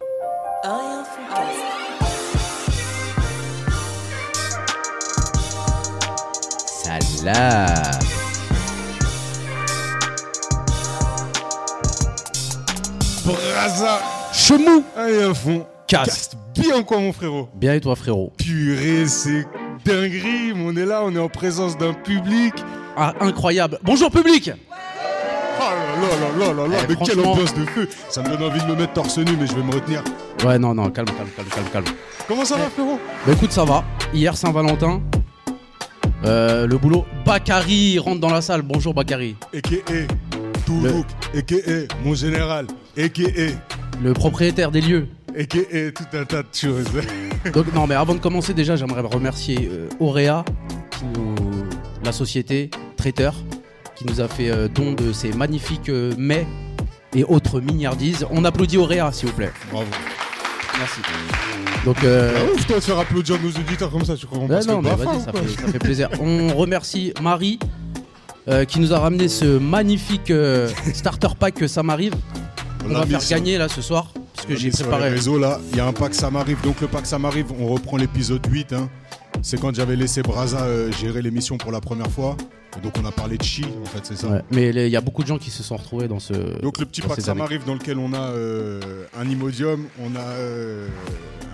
Orient Ah Foodcast. Salam Brasa Chemou Allez à fond Cast Cast bien quoi mon frérot Bien et toi frérot Purée c'est dinguerie On est là, on est en présence d'un public Ah incroyable Bonjour public Oh là là là là là là Eh, Mais quelle franchement- ambiance de feu Ça me donne envie de me mettre torse nu mais je vais me retenir Ouais non non calme calme calme calme calme Comment ça va frérot Bah écoute ça va Hier Saint-Valentin euh, le boulot Bakary rentre dans la salle Bonjour Bakary A.K.A. Toulouk A.K.A. Mon général A.K.A. Le propriétaire des lieux A.K.A. tout un tas de choses Donc non mais avant de commencer déjà j'aimerais remercier euh, Auréa pour euh, la société Traiteur qui nous a fait euh, don de ces magnifiques euh, mets et autres mignardises. On applaudit Auréa s'il vous plaît. Bravo Merci. Donc euh, Ah, Ouf toi de faire applaudir nos auditeurs comme ça tu crois qu'on Ouais, passe non, le mais BAFA, bah, vas-y, ou ça, quoi fait, ça fait plaisir. On remercie Marie euh, qui nous a ramené ce magnifique euh, starter pack que ça m'arrive. On l'a va mis faire sur- gagner là ce soir parce que On a j'ai mis sur les préparé. réseaux, là, il y a un pack ça m'arrive. Donc le pack ça m'arrive, on reprend l'épisode 8. hein. C'est quand j'avais laissé Braza euh, gérer l'émission pour la première fois. Et donc on a parlé de chi, en fait, c'est ça. Ouais, mais les- il y a beaucoup de gens qui se sont retrouvés dans ce. Donc le petit Dans pack ces ça années. m'arrive dans lequel on a euh, un imodium, on a euh,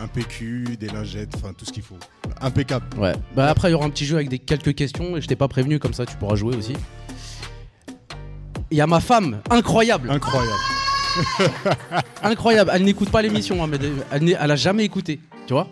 un PQ, des lingettes, enfin tout ce qu'il faut. Impeccable. Ouais. Bah après il y aura un petit jeu avec des quelques questions et je t'ai pas prévenu comme ça tu pourras jouer aussi. Il y a ma femme, incroyable, Incroyable. incroyable. Elle n'écoute pas l'émission, hein, mais elle, n'est- elle a jamais écouté, tu vois.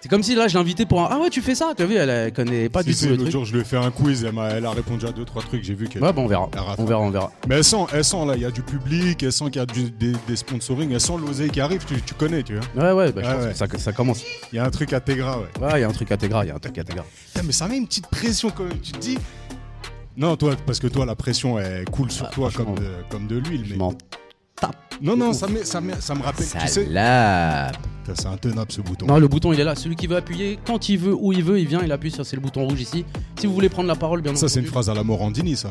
C'est comme si là je l'invitais pour un ah ouais tu fais ça, tu as vu elle, elle connaît pas Si, du si, tout le l'autre truc. jour je lui ai fait un quiz, elle m'a- elle a répondu à deux, trois trucs, j'ai vu qu'elle. Ouais, bah on verra. La On rafale. verra, on verra. Mais elle sent, elle sent là, il y a du public, elle sent qu'il y a du- des, des sponsorings, elle sent l'oseille qui arrive, tu, tu connais, tu vois. Ouais, ouais, bah, je Ouais, pense ouais. que ça, ça commence. Il y a un truc à Tegra, ouais. Ouais, il y a un truc à Tegra, il y a un truc à Tegra. Putain, mais ça met une petite pression quand même. Tu te dis. Non, toi, parce que toi, la pression, elle coule sur Ah, toi franchement. comme de, comme de l'huile. Je Mais... m'en tape. Non, non, ça, met, ça, met- ça me rappelle. tu sais, Putain, c'est intenable ce bouton. Non, le bouton il est là. Celui qui veut appuyer, quand il veut, où il veut, il vient, il appuie sur c'est le bouton rouge ici. Si vous voulez prendre la parole, bien Ça, entendu. c'est une phrase à la Morandini, ça.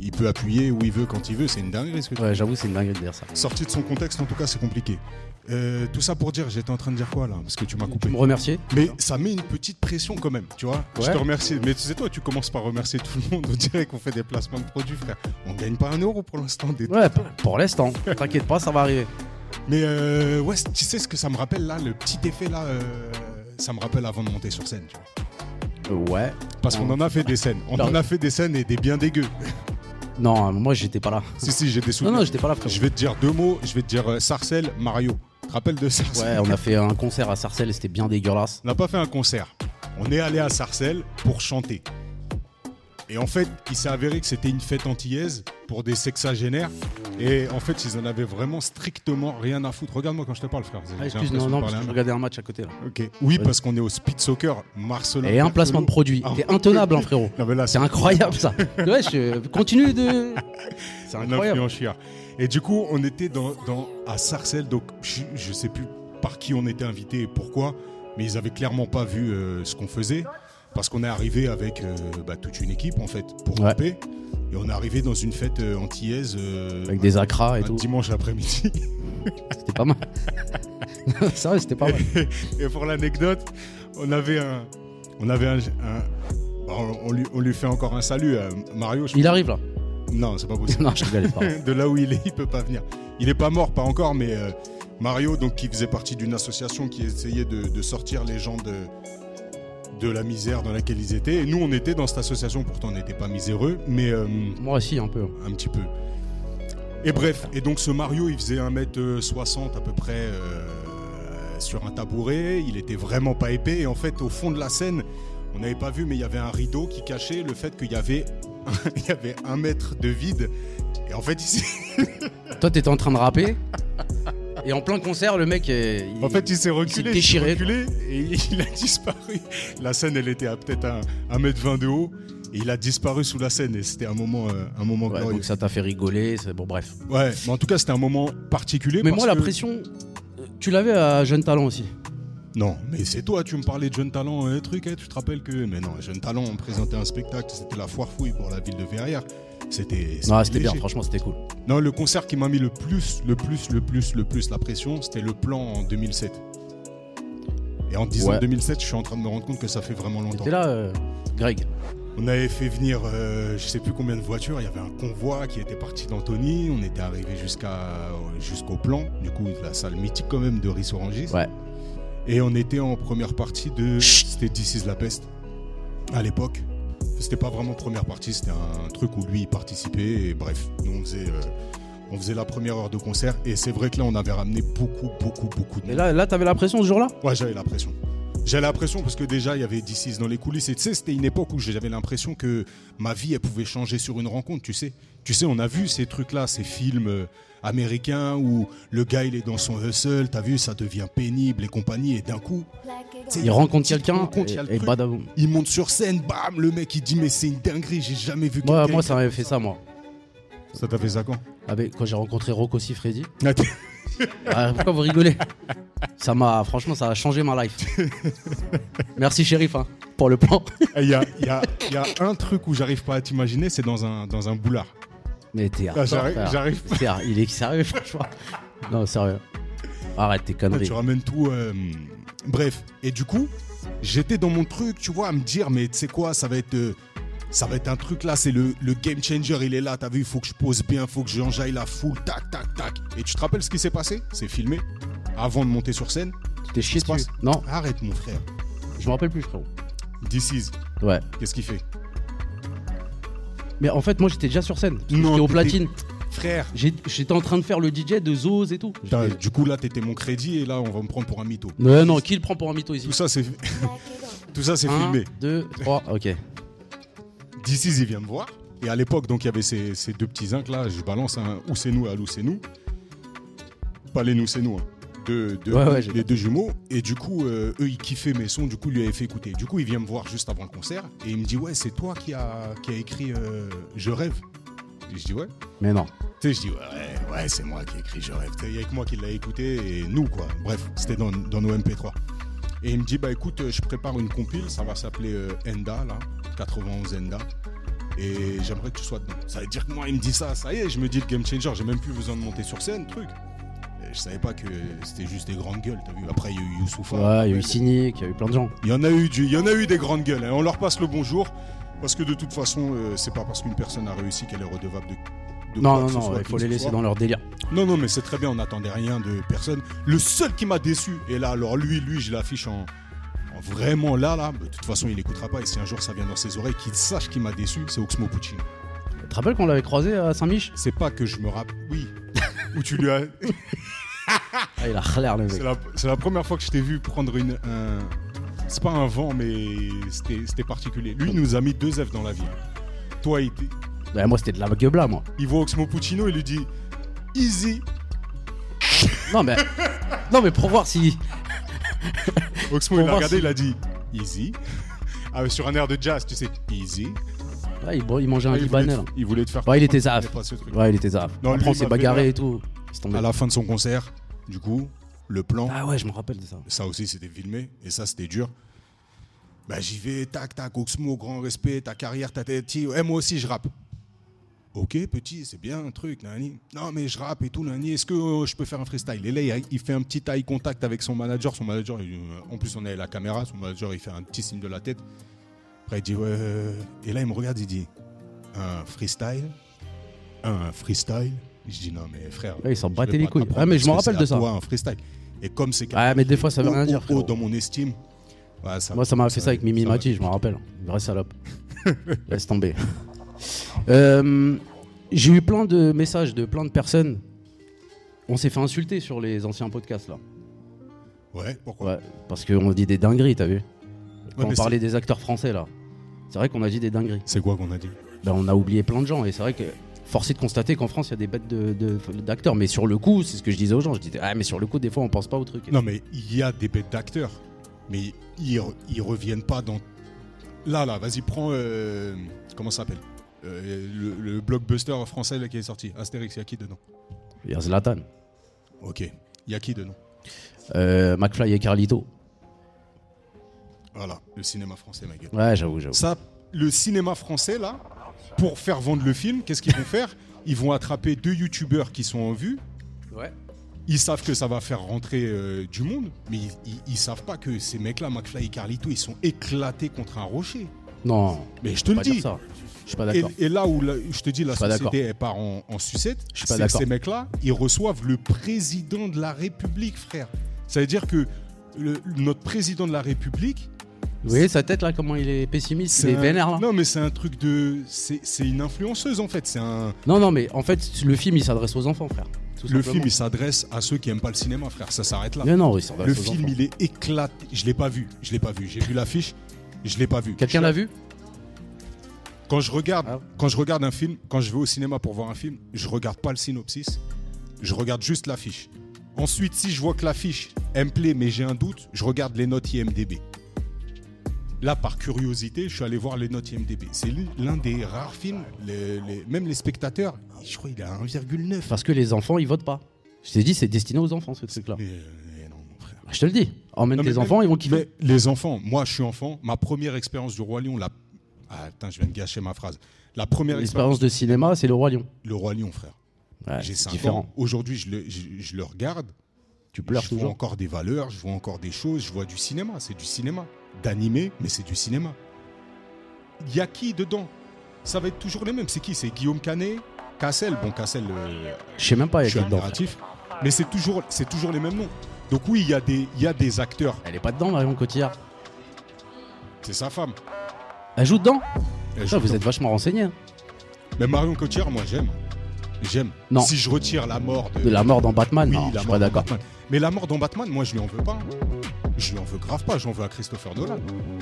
Il peut appuyer où il veut, quand il veut, c'est une dinguerie. ce que tu- Ouais, j'avoue, c'est une dinguerie de dire ça. Sorti de son contexte, en tout cas, c'est compliqué. Euh, tout ça pour dire, j'étais en train de dire quoi là Parce que tu m'as Tu coupé. me remercier Mais ça met une petite pression quand même, tu vois. Je Ouais. te remercie. Mais tu sais, toi, tu commences par remercier tout le monde. On dirait qu'on fait des placements de produits, frère. On gagne pas un euro pour l'instant. Des... Ouais, pour- pour l'instant. T'inquiète pas, ça va arriver. Mais euh, ouais, tu sais ce que ça me rappelle là, le petit effet là, euh, ça me rappelle avant de monter sur scène, tu vois. Euh, Ouais. Parce qu'on en a fait des scènes, on en a fait des scènes et des bien dégueux. Non, moi j'étais pas là. si si, j'ai des Non, souvenirs. non, j'étais pas là, je frérot. vais te dire deux mots, je vais te dire euh, Sarcelles, Mario. Tu te rappelles de Ouais, Sarcelles on a fait un concert à Sarcelles et c'était bien dégueulasse. On n'a pas fait un concert. On est allé à Sarcelles pour chanter. Et en fait, il s'est avéré que c'était une fête antillaise pour des sexagénaires. Et en fait, ils en avaient vraiment strictement rien à foutre. Regarde-moi quand je te parle, frère. J'ai Ah, excuse, l'impression non, de non, parce parler à que un je mec. regardais un match à côté là. Ok. Oui, Ouais. parce qu'on est au Speed Soccer, Marcelin. Et un placement de Berthelot. produit. Ah. T'es intenable, hein, frérot. Non, mais là, C'est incroyable ça. Ouais, je continue de. C'est un incroyable. influent chiard. Et du coup, on était dans, dans- à Sarcelles, donc je, je sais plus par qui on était invité et pourquoi, mais ils avaient clairement pas vu euh, ce qu'on faisait, parce qu'on est arrivé avec euh, bah, toute une équipe en fait pour Ouais. couper, et on est arrivé dans une fête euh, antillaise euh, Avec des acras un et tout. dimanche après-midi. C'était pas mal. Sérieux, c'était pas mal. Et pour l'anecdote, on avait un, on avait un, un- bah, on, on lui, on lui fait encore un salut, euh, Mario. Je Il arrive là. Non, c'est pas possible. Non, je rigole pas. de là où il est, il peut pas venir. Il est pas mort, pas encore, mais euh, Mario, donc qui faisait partie d'une association qui essayait de, de sortir les gens de de la misère dans laquelle ils étaient. Et nous, on était dans cette association, pourtant on n'était pas miséreux, mais euh, Moi aussi, un peu. un petit peu. Et bref, et donc ce Mario, il faisait 1m60 à peu près euh, sur un tabouret, il était vraiment pas épais, et en fait, au fond de la scène, on n'avait pas vu, mais il y avait un rideau qui cachait le fait qu'il y avait, il y avait un mètre de vide. Et en fait, il, Toi, t'étais en train de rapper. Et en plein concert, le mec. est- il- En fait, il s'est reculé, s'est il s'est déchiré. reculé et il a disparu. La scène, elle était à peut-être un, 1m20 de haut. Et il a disparu sous la scène et c'était un moment, euh, un moment Ouais, glorieux. donc ça t'a fait rigoler. c'est- Bon, bref. Ouais, mais en tout cas, c'était un moment particulier. Mais parce moi, la que- pression. euh, Tu l'avais à Jeune Talent aussi. Non, mais c'est toi, tu me parlais de Jeune Talent, euh, truc, hein, tu te rappelles que. Mais non, Jeune Talent, on présentait un spectacle, c'était la foire fouille pour la ville de Verrières. C'était. Non, Ah, c'était bien, léger. franchement, c'était cool. Non, le concert qui m'a mis le plus, le plus, le plus, le plus la pression, c'était le plan en 2007. Et en disant Ouais. 2007, je suis en train de me rendre compte que ça fait vraiment longtemps. T'étais là, euh, Greg On avait fait venir, euh, je sais plus combien de voitures. Il y avait un convoi qui était parti d'Antony. On était arrivé jusqu'à euh, jusqu'au plan, du coup la salle mythique quand même de Rissorangis. Ouais. Et on était en première partie de. Chut. C'était This is la peste à l'époque. C'était pas vraiment première partie, c'était un truc où lui il participait. Et bref, nous on faisait, euh, on faisait la première heure de concert. Et c'est vrai que là on avait ramené beaucoup, beaucoup, beaucoup de Et monde. là, là t'avais la pression ce jour-là Ouais, j'avais la pression. J'avais la pression parce que déjà, il y avait DC's dans les coulisses. Et tu sais, c'était une époque où j'avais l'impression que ma vie, elle pouvait changer sur une rencontre, tu sais. Tu sais, on a vu ces trucs-là, ces films euh, américains où le gars, il est dans son hustle, t'as vu, ça devient pénible et compagnie. Et d'un coup, Black C'est- Il rencontre Il quelqu'un rencontre, il y a le et, et truc. badaboum. il monte sur scène, bam, le mec, il dit, mais c'est une dinguerie, j'ai jamais vu Moi, quelqu'un moi, ça m'avait fait ça, moi. Ça t'a fait ça quand Eh, Avec, quand j'ai rencontré Rocco Siffredi. Ah, pourquoi vous rigolez Ça m'a, franchement, ça a changé ma life. Merci, shérif, hein, pour le plan. Il y a, il y a- il y a un truc où j'arrive pas à t'imaginer, c'est dans un, dans un boulard. Mais t'es Ah, hardcore, j'arrive- frère. J'arrive T'es hard- Il est sérieux, franchement. Non, sérieux. Arrête tes Ouais, conneries. Tu ramènes tout. euh, Bref. Et du coup, j'étais dans mon truc, tu vois, à me dire, mais tu sais quoi, ça va être. euh, Ça va être un truc là, c'est le, le game changer, il est là, t'as vu, il faut que je pose bien, faut que j'enjaille la foule, tac, tac, tac. Et tu te rappelles ce qui s'est passé C'est filmé, avant de monter sur scène. Tu t'es chié se passe dessus. Non, Arrête mon frère. je me rappelle plus, frérot. This is, Ouais. qu'est-ce qu'il fait Mais en fait, moi, j'étais déjà sur scène. parce que Non, J'étais au t'étais- platine. Frère J'ai- J'étais en train de faire le DJ de Zoos et tout. Putain, J'étais- Du coup là, t'étais mon crédit et là, on va me prendre pour un mytho. Non, non, qui le prend pour un mytho ici Tout ça, c'est it up. tout ça, c'est Un, filmé. deux, trois, ok. This is, il vient me voir. Et à l'époque, donc, il y avait ces, ces deux petits zincs là. Je balance un Où c'est nous à Allô, c'est nous. Pas les nous, c'est nous. hein. Deux- deux- Ouais, ouais, j'ai les deux jumeaux. Et du coup, euh, eux, ils kiffaient mes sons. Du coup, il lui avait fait écouter. Du coup, il vient me voir juste avant le concert. Et il me dit Ouais, c'est toi qui a, qui a écrit euh, Je rêve. Et je dis Ouais. Mais non. Tu sais, je dis Ouais, ouais, c'est moi qui ai écrit Je rêve. Tu sais, Il y a que moi qui l'a écouté. Et nous, quoi. Bref, c'était dans, dans nos MP3. Et il me dit Bah écoute, euh, je prépare une compile. Ça va s'appeler euh, Enda, là. 91 Enda et j'aimerais que tu sois dedans. Ça veut dire que moi, il me dit ça, ça y est, je me dis le game changer, j'ai même plus besoin de monter sur scène, truc. Et je savais pas que c'était juste des grandes gueules, t'as vu. Après, il y a eu Youssoufa. Ouais, il y a eu Cynic, il y a eu plein de gens. Il y en a eu du, il y en a eu des grandes gueules. hein. On leur passe le bonjour parce que de toute façon, euh, c'est pas parce qu'une personne a réussi qu'elle est redevable de. de quoi Non, que non, ce soit, non, il qui faut que les ce laisser soit. dans leur délire. Non, non, mais c'est très bien, on n'attendait rien de personne. Le seul qui m'a déçu, et là, alors lui, lui, je l'affiche en, en vraiment là, là. De toute façon, il n'écoutera pas, et si un jour ça vient dans ses oreilles, qu'il sache qu'il m'a déçu, c'est Oxmo Puccino. Tu te rappelles qu'on l'avait croisé à Saint-Mich C'est pas que je me rappelle. Oui. Où tu lui as. Ah, il a l'air le C'est mec. la, c'est la première fois que je t'ai vu prendre une. un- C'est pas un vent, mais c'était c'était particulier. Lui, il nous a mis deux F dans la vie. Toi, il, Ouais, moi, c'était de la gueule moi. il voit Oxmo Puccino, il lui dit Easy. Non, mais. non, mais pour voir si. Oxmo, Pour il a voir regardé, si- il a dit Easy. Ah, sur un air de jazz, tu sais, Easy. Ouais, il, il mangeait un Ah, il, voulait libanais, te, là. il voulait te faire. Ouais, il comprendre était qu'il zaf. aimait pas ce truc. Ouais, il était zaf. Non, lui, Après, on il s'est m'a fait bagarré rire. et tout. C'est tombé. À la fin de son concert, du coup, le plan. Ah, ouais, je me rappelle de ça. Ça aussi, c'était filmé et ça, c'était dur. Bah, j'y vais, tac, tac, Oxmo, grand respect, ta carrière, ta tête, ti- eh, moi aussi, je rappe. Ok, petit, c'est bien un truc, nani. Non, mais je rappe et tout, nani. Est-ce que euh, je peux faire un freestyle Et là, il- il fait un petit eye contact avec son manager. Son manager, il- euh, en plus, on a la caméra. Son manager, il fait un petit signe de la tête. Après, il dit, ouais. euh, Et là, il me regarde, il dit, un freestyle Un freestyle Je dis, non, mais frère. Ouais, il s'en je battait vais les pas couilles. t'apprendre Ouais, mais je parce m'en que rappelle c'est de à ça. toi, un freestyle. Et comme c'est Ouais, mais des fois, ça veut haut, rien dire. haut, frérot. haut dans mon estime. Ouais, ça- Moi, ça m'a fait ça avec Mimi ça- Mati, je m'en rappelle. Une vraie salope. Laisse tomber. Euh, J'ai eu plein de messages de plein de personnes. On s'est fait insulter sur les anciens podcasts, là. Ouais, pourquoi Ouais, parce qu'on dit des dingueries, t'as vu Quand mais on parlait des acteurs français, là. C'est vrai qu'on a dit des dingueries. C'est quoi qu'on a dit Ben, on a oublié plein de gens, et c'est vrai que. Force est de constater qu'en France, il y a des bêtes de- de- d'acteurs, mais sur le coup, c'est ce que je disais aux gens. Je disais, ah, mais sur le coup, des fois, on pense pas au truc. Non, mais il y a des bêtes d'acteurs. Mais ils, re- ils reviennent pas dans. Là, là, vas-y, prends. euh, Comment ça s'appelle Euh, le, le blockbuster français là, qui est sorti. Astérix, il y a qui dedans Il y a Zlatan, Ok. Il y a qui dedans euh, McFly et Carlito. Voilà, le cinéma français, ma gueule. Ouais, j'avoue, j'avoue. Ça, le cinéma français, là, pour faire vendre le film, qu'est-ce qu'ils vont faire Ils vont attraper deux youtubeurs qui sont en vue. Ouais. Ils savent que ça va faire rentrer euh, du monde, mais ils, ils- ils savent pas que ces mecs-là, McFly et Carlito, ils sont éclatés contre un rocher. Non, Mais je te faut le pas dire dis. ça. Je suis pas Et, d'accord. et là où la- je te dis la Je suis pas société elle part en, en sucette, Je suis pas c'est que d'accord. ces mecs-là, ils reçoivent le président de la République, frère. Ça veut dire que le- notre président de la République, Vous voyez sa tête là, comment il est pessimiste, il est un- vénère là. Non, mais c'est un truc de, c'est c'est une influenceuse en fait. C'est un. Non, non, mais en fait, le film il s'adresse aux enfants, frère. Tout Le simplement. film, il s'adresse à ceux qui aiment pas le cinéma, frère. Ça s'arrête là. Non, non, il s'adresse Le aux film, enfants. il est éclaté. Je l'ai pas vu. Je l'ai pas vu. J'ai vu l'affiche. Je l'ai pas vu. Quelqu'un l'a vu Quand je regarde, Ah. quand je regarde un film, quand je vais au cinéma pour voir un film, je regarde pas le synopsis, je regarde juste l'affiche. Ensuite, si je vois que l'affiche elle me plaît, mais j'ai un doute, je regarde les notes IMDb. Là, par curiosité, je suis allé voir les notes IMDb. C'est l'un des rares films, les- les- même les spectateurs, je crois qu'il a 1,9. Parce que les enfants ils votent pas. Je t'ai dit, c'est destiné aux enfants ce truc là. Mais, euh, mais non, mon frère. Je te le dis, emmène Non, mais- tes enfants, ils vont kiffer. Mais les enfants, moi je suis enfant, ma première expérience du Roi Lion, la... Ah, putain, je viens de gâcher ma phrase. La première expérience, L'expérience de cinéma, c'est le roi lion. le Roi Lion, frère. Ouais, J'ai Ah, c'est 5 différent. ans. Aujourd'hui, je le, je, je le regarde. Tu pleures Je vois toujours. encore des valeurs, je vois encore des choses, je vois du cinéma. C'est du cinéma. D'animé, mais c'est du cinéma. Il y a qui dedans Ça va être toujours les mêmes. C'est qui C'est Guillaume Canet Cassel. Bon, Cassel, euh, Je sais même pas, Ah, je il y suis a qui dedans. frère. admiratif. Mais c'est toujours, c'est toujours les mêmes noms. Donc oui, il y, a des- il y a des acteurs. Elle est pas dedans, Marion Cotillard. C'est sa femme. Elle joue dedans Elle Putain, joue Vous dans- êtes vachement renseigné. hein. Mais Marion Cotillard, moi, j'aime. J'aime. Non. Si je retire la mort de... De la mort dans Batman Oui, Ah Non, je la suis mort pas dans d'accord. Batman. Mais la mort dans Batman, moi, je lui en veux pas. hein. Je lui en veux grave pas, j'en veux à Christopher Nolan.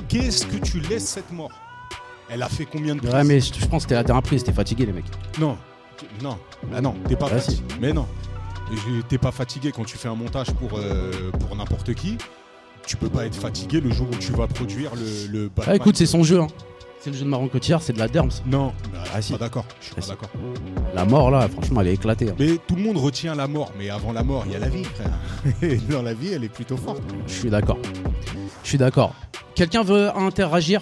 Qu'est-ce que tu laisses cette mort Elle a fait combien de prises Ouais, mais je je pense que t'es à terrain prise, t'es fatigué, les mecs. Non, Tu- non, Bah non, t'es pas Ah, fatigué. si. Mais non, Je- t'es pas fatigué quand tu fais un montage pour, euh, pour n'importe qui. Tu peux pas être fatigué le jour où tu vas produire le, le Batman. Ah, écoute, c'est son jeu. Hein. C'est le jeu de Marion Cotillard, c'est de la derme. ça. Non, bah, je Ah, suis si. pas d'accord. Je suis Ah, pas si. d'accord. La mort, là, franchement, elle est éclatée. hein. Mais tout le monde retient la mort, mais avant la mort, il y a la vie, frère. Et dans la vie, elle est plutôt forte. Je suis d'accord. Je suis d'accord. Quelqu'un veut interagir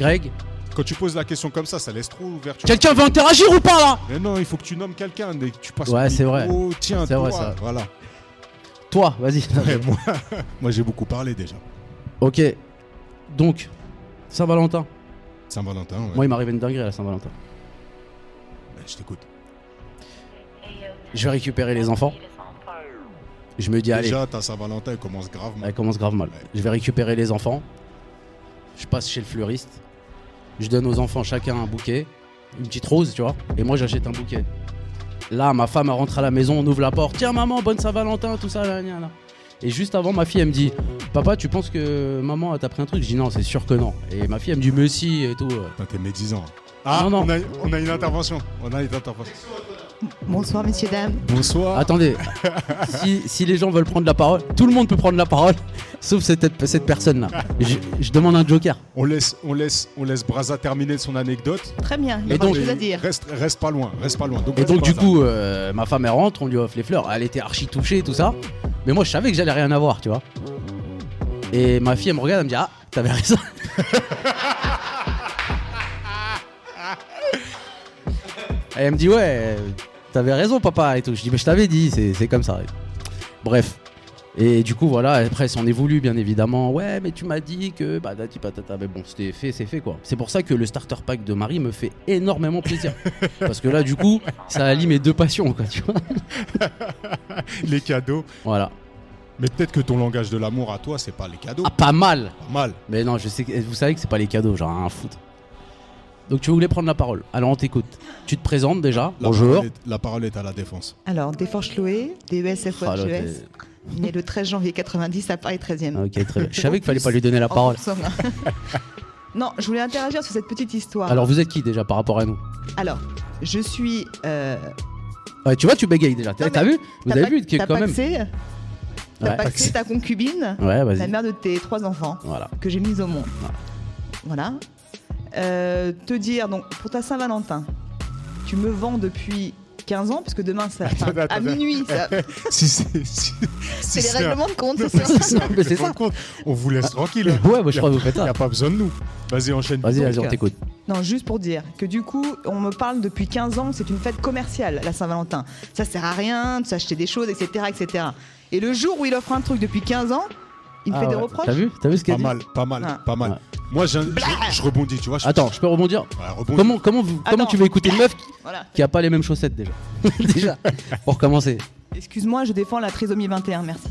Greg Quand tu poses la question comme ça, ça laisse trop ouvert. tu vois. Quelqu'un veut interagir ou pas, là Mais non, il faut que tu nommes quelqu'un dès que tu passes. Ouais, au c'est vrai. micro, Tiens, C'est toi, vrai, ça. voilà. Toi, vas-y. Ouais, moi, moi j'ai beaucoup parlé déjà. ok. Donc, Saint-Valentin. Saint-Valentin, ouais. Moi, il m'arrive une dinguerie à la Saint-Valentin. Ouais, je t'écoute. Je vais récupérer les enfants. Je me dis, allez, Déjà, ta Saint-Valentin elle commence gravement. Elle commence grave mal. Ouais. Je vais récupérer les enfants. Je passe chez le fleuriste. Je donne aux enfants chacun un bouquet, une petite rose, tu vois. Et moi, j'achète un bouquet. Là, ma femme, elle rentre à la maison, on ouvre la porte. Tiens, maman, bonne Saint-Valentin, tout ça. là, là, là. Et juste avant, ma fille, elle me dit Papa, tu penses que maman, elle t'a pris un truc Je dis Non, c'est sûr que non. Et ma fille, elle me dit Mais si, et tout. euh. Putain, t'es médisant. hein. Ah, Non, non. On, a, on a une intervention. On a une intervention. Bonsoir, messieurs, dames. Bonsoir. Attendez, si, si les gens veulent prendre la parole, tout le monde peut prendre la parole, sauf cette, cette personne-là. Je, je demande un joker. On laisse, on laisse, on laisse Braza terminer son anecdote. Très bien, il y Et a pas donc- de choses à dire. Reste, reste pas loin. Reste pas loin. Donc, Et reste donc du Braza. coup, euh, ma femme elle rentre, on lui offre les fleurs, elle était archi touchée tout ça, mais moi je savais que j'allais rien avoir, tu vois. Et ma fille elle me regarde, elle me dit ah t'avais raison. et elle me dit ouais t'avais raison papa et tout. Je dis mais je t'avais dit, c'est c'est comme ça. Bref. Et du coup voilà, après elle s'en est voulu bien évidemment. Ouais mais tu m'as dit que badati patata, mais bon c'était fait, c'est fait quoi. C'est pour ça que le starter pack de Marie me fait énormément plaisir. Parce que là, du coup, ça allie mes deux passions, quoi, tu vois. les cadeaux. Voilà. Mais peut-être que ton langage de l'amour à toi, c'est pas les cadeaux. Ah, pas mal Pas mal. Mais non, je sais que, vous savez que c'est pas les cadeaux, genre un foot. Donc tu voulais prendre la parole. Alors on t'écoute. Tu te présentes déjà. La Bonjour. parole est- la parole est à la défense. Alors, Desforges Chloé, Ah, là, t'es- DESFOHES, E né le 13 janvier 90 à Paris 13e. Ah, ok, très bien. Je savais qu'il fallait pas lui donner la Ah, parole. En somme. non, je voulais interagir sur cette petite histoire. Alors vous êtes qui déjà par rapport à nous Alors, je suis. euh, Ouais, Tu vois, tu bégayes déjà. T'as Non, t'as mais vu Vous t'as avez pas- vu que t'as quand même. paxé T'as Ouais. paxé ta concubine, Ouais, la vas-y. mère de tes trois enfants Voilà. que j'ai mise au monde. Voilà. Voilà. Euh, te dire, donc, pour ta Saint-Valentin, tu me vends depuis 15 ans, parce que demain, ça, enfin, Attends, attends, à attends. minuit, ça- Si c'est si- c'est si les c'est un- règlements de compte, Non, c'est ça. mais c'est ça, Mais mais c'est par ça. contre, on vous laisse tranquille. hein. Ouais, moi je crois que vous faites Il n'y ça. a pas besoin de nous. Vas-y, enchaîne. Vas-y, vas-y, on Donc, t'écoute. Non, juste pour dire que du coup, on me parle depuis 15 ans que c'est une fête commerciale, la Saint-Valentin. Ça sert à rien de s'acheter des choses, etc., etc. Et le jour où il offre un truc depuis 15 ans, il me Ah fait des ouais. reproches. T'as vu T'as vu ce qu'elle Pas dit mal, pas mal, Ah. pas mal. Moi, j'ai un- je, je rebondis, tu vois. je- Attends, je peux rebondir Ouais, rebondis. Comment, comment, vous- comment Attends. tu veux écouter une meuf Voilà. qui a pas les mêmes chaussettes déjà Déjà, pour commencer. Excuse-moi, je défends la trisomie 21, merci.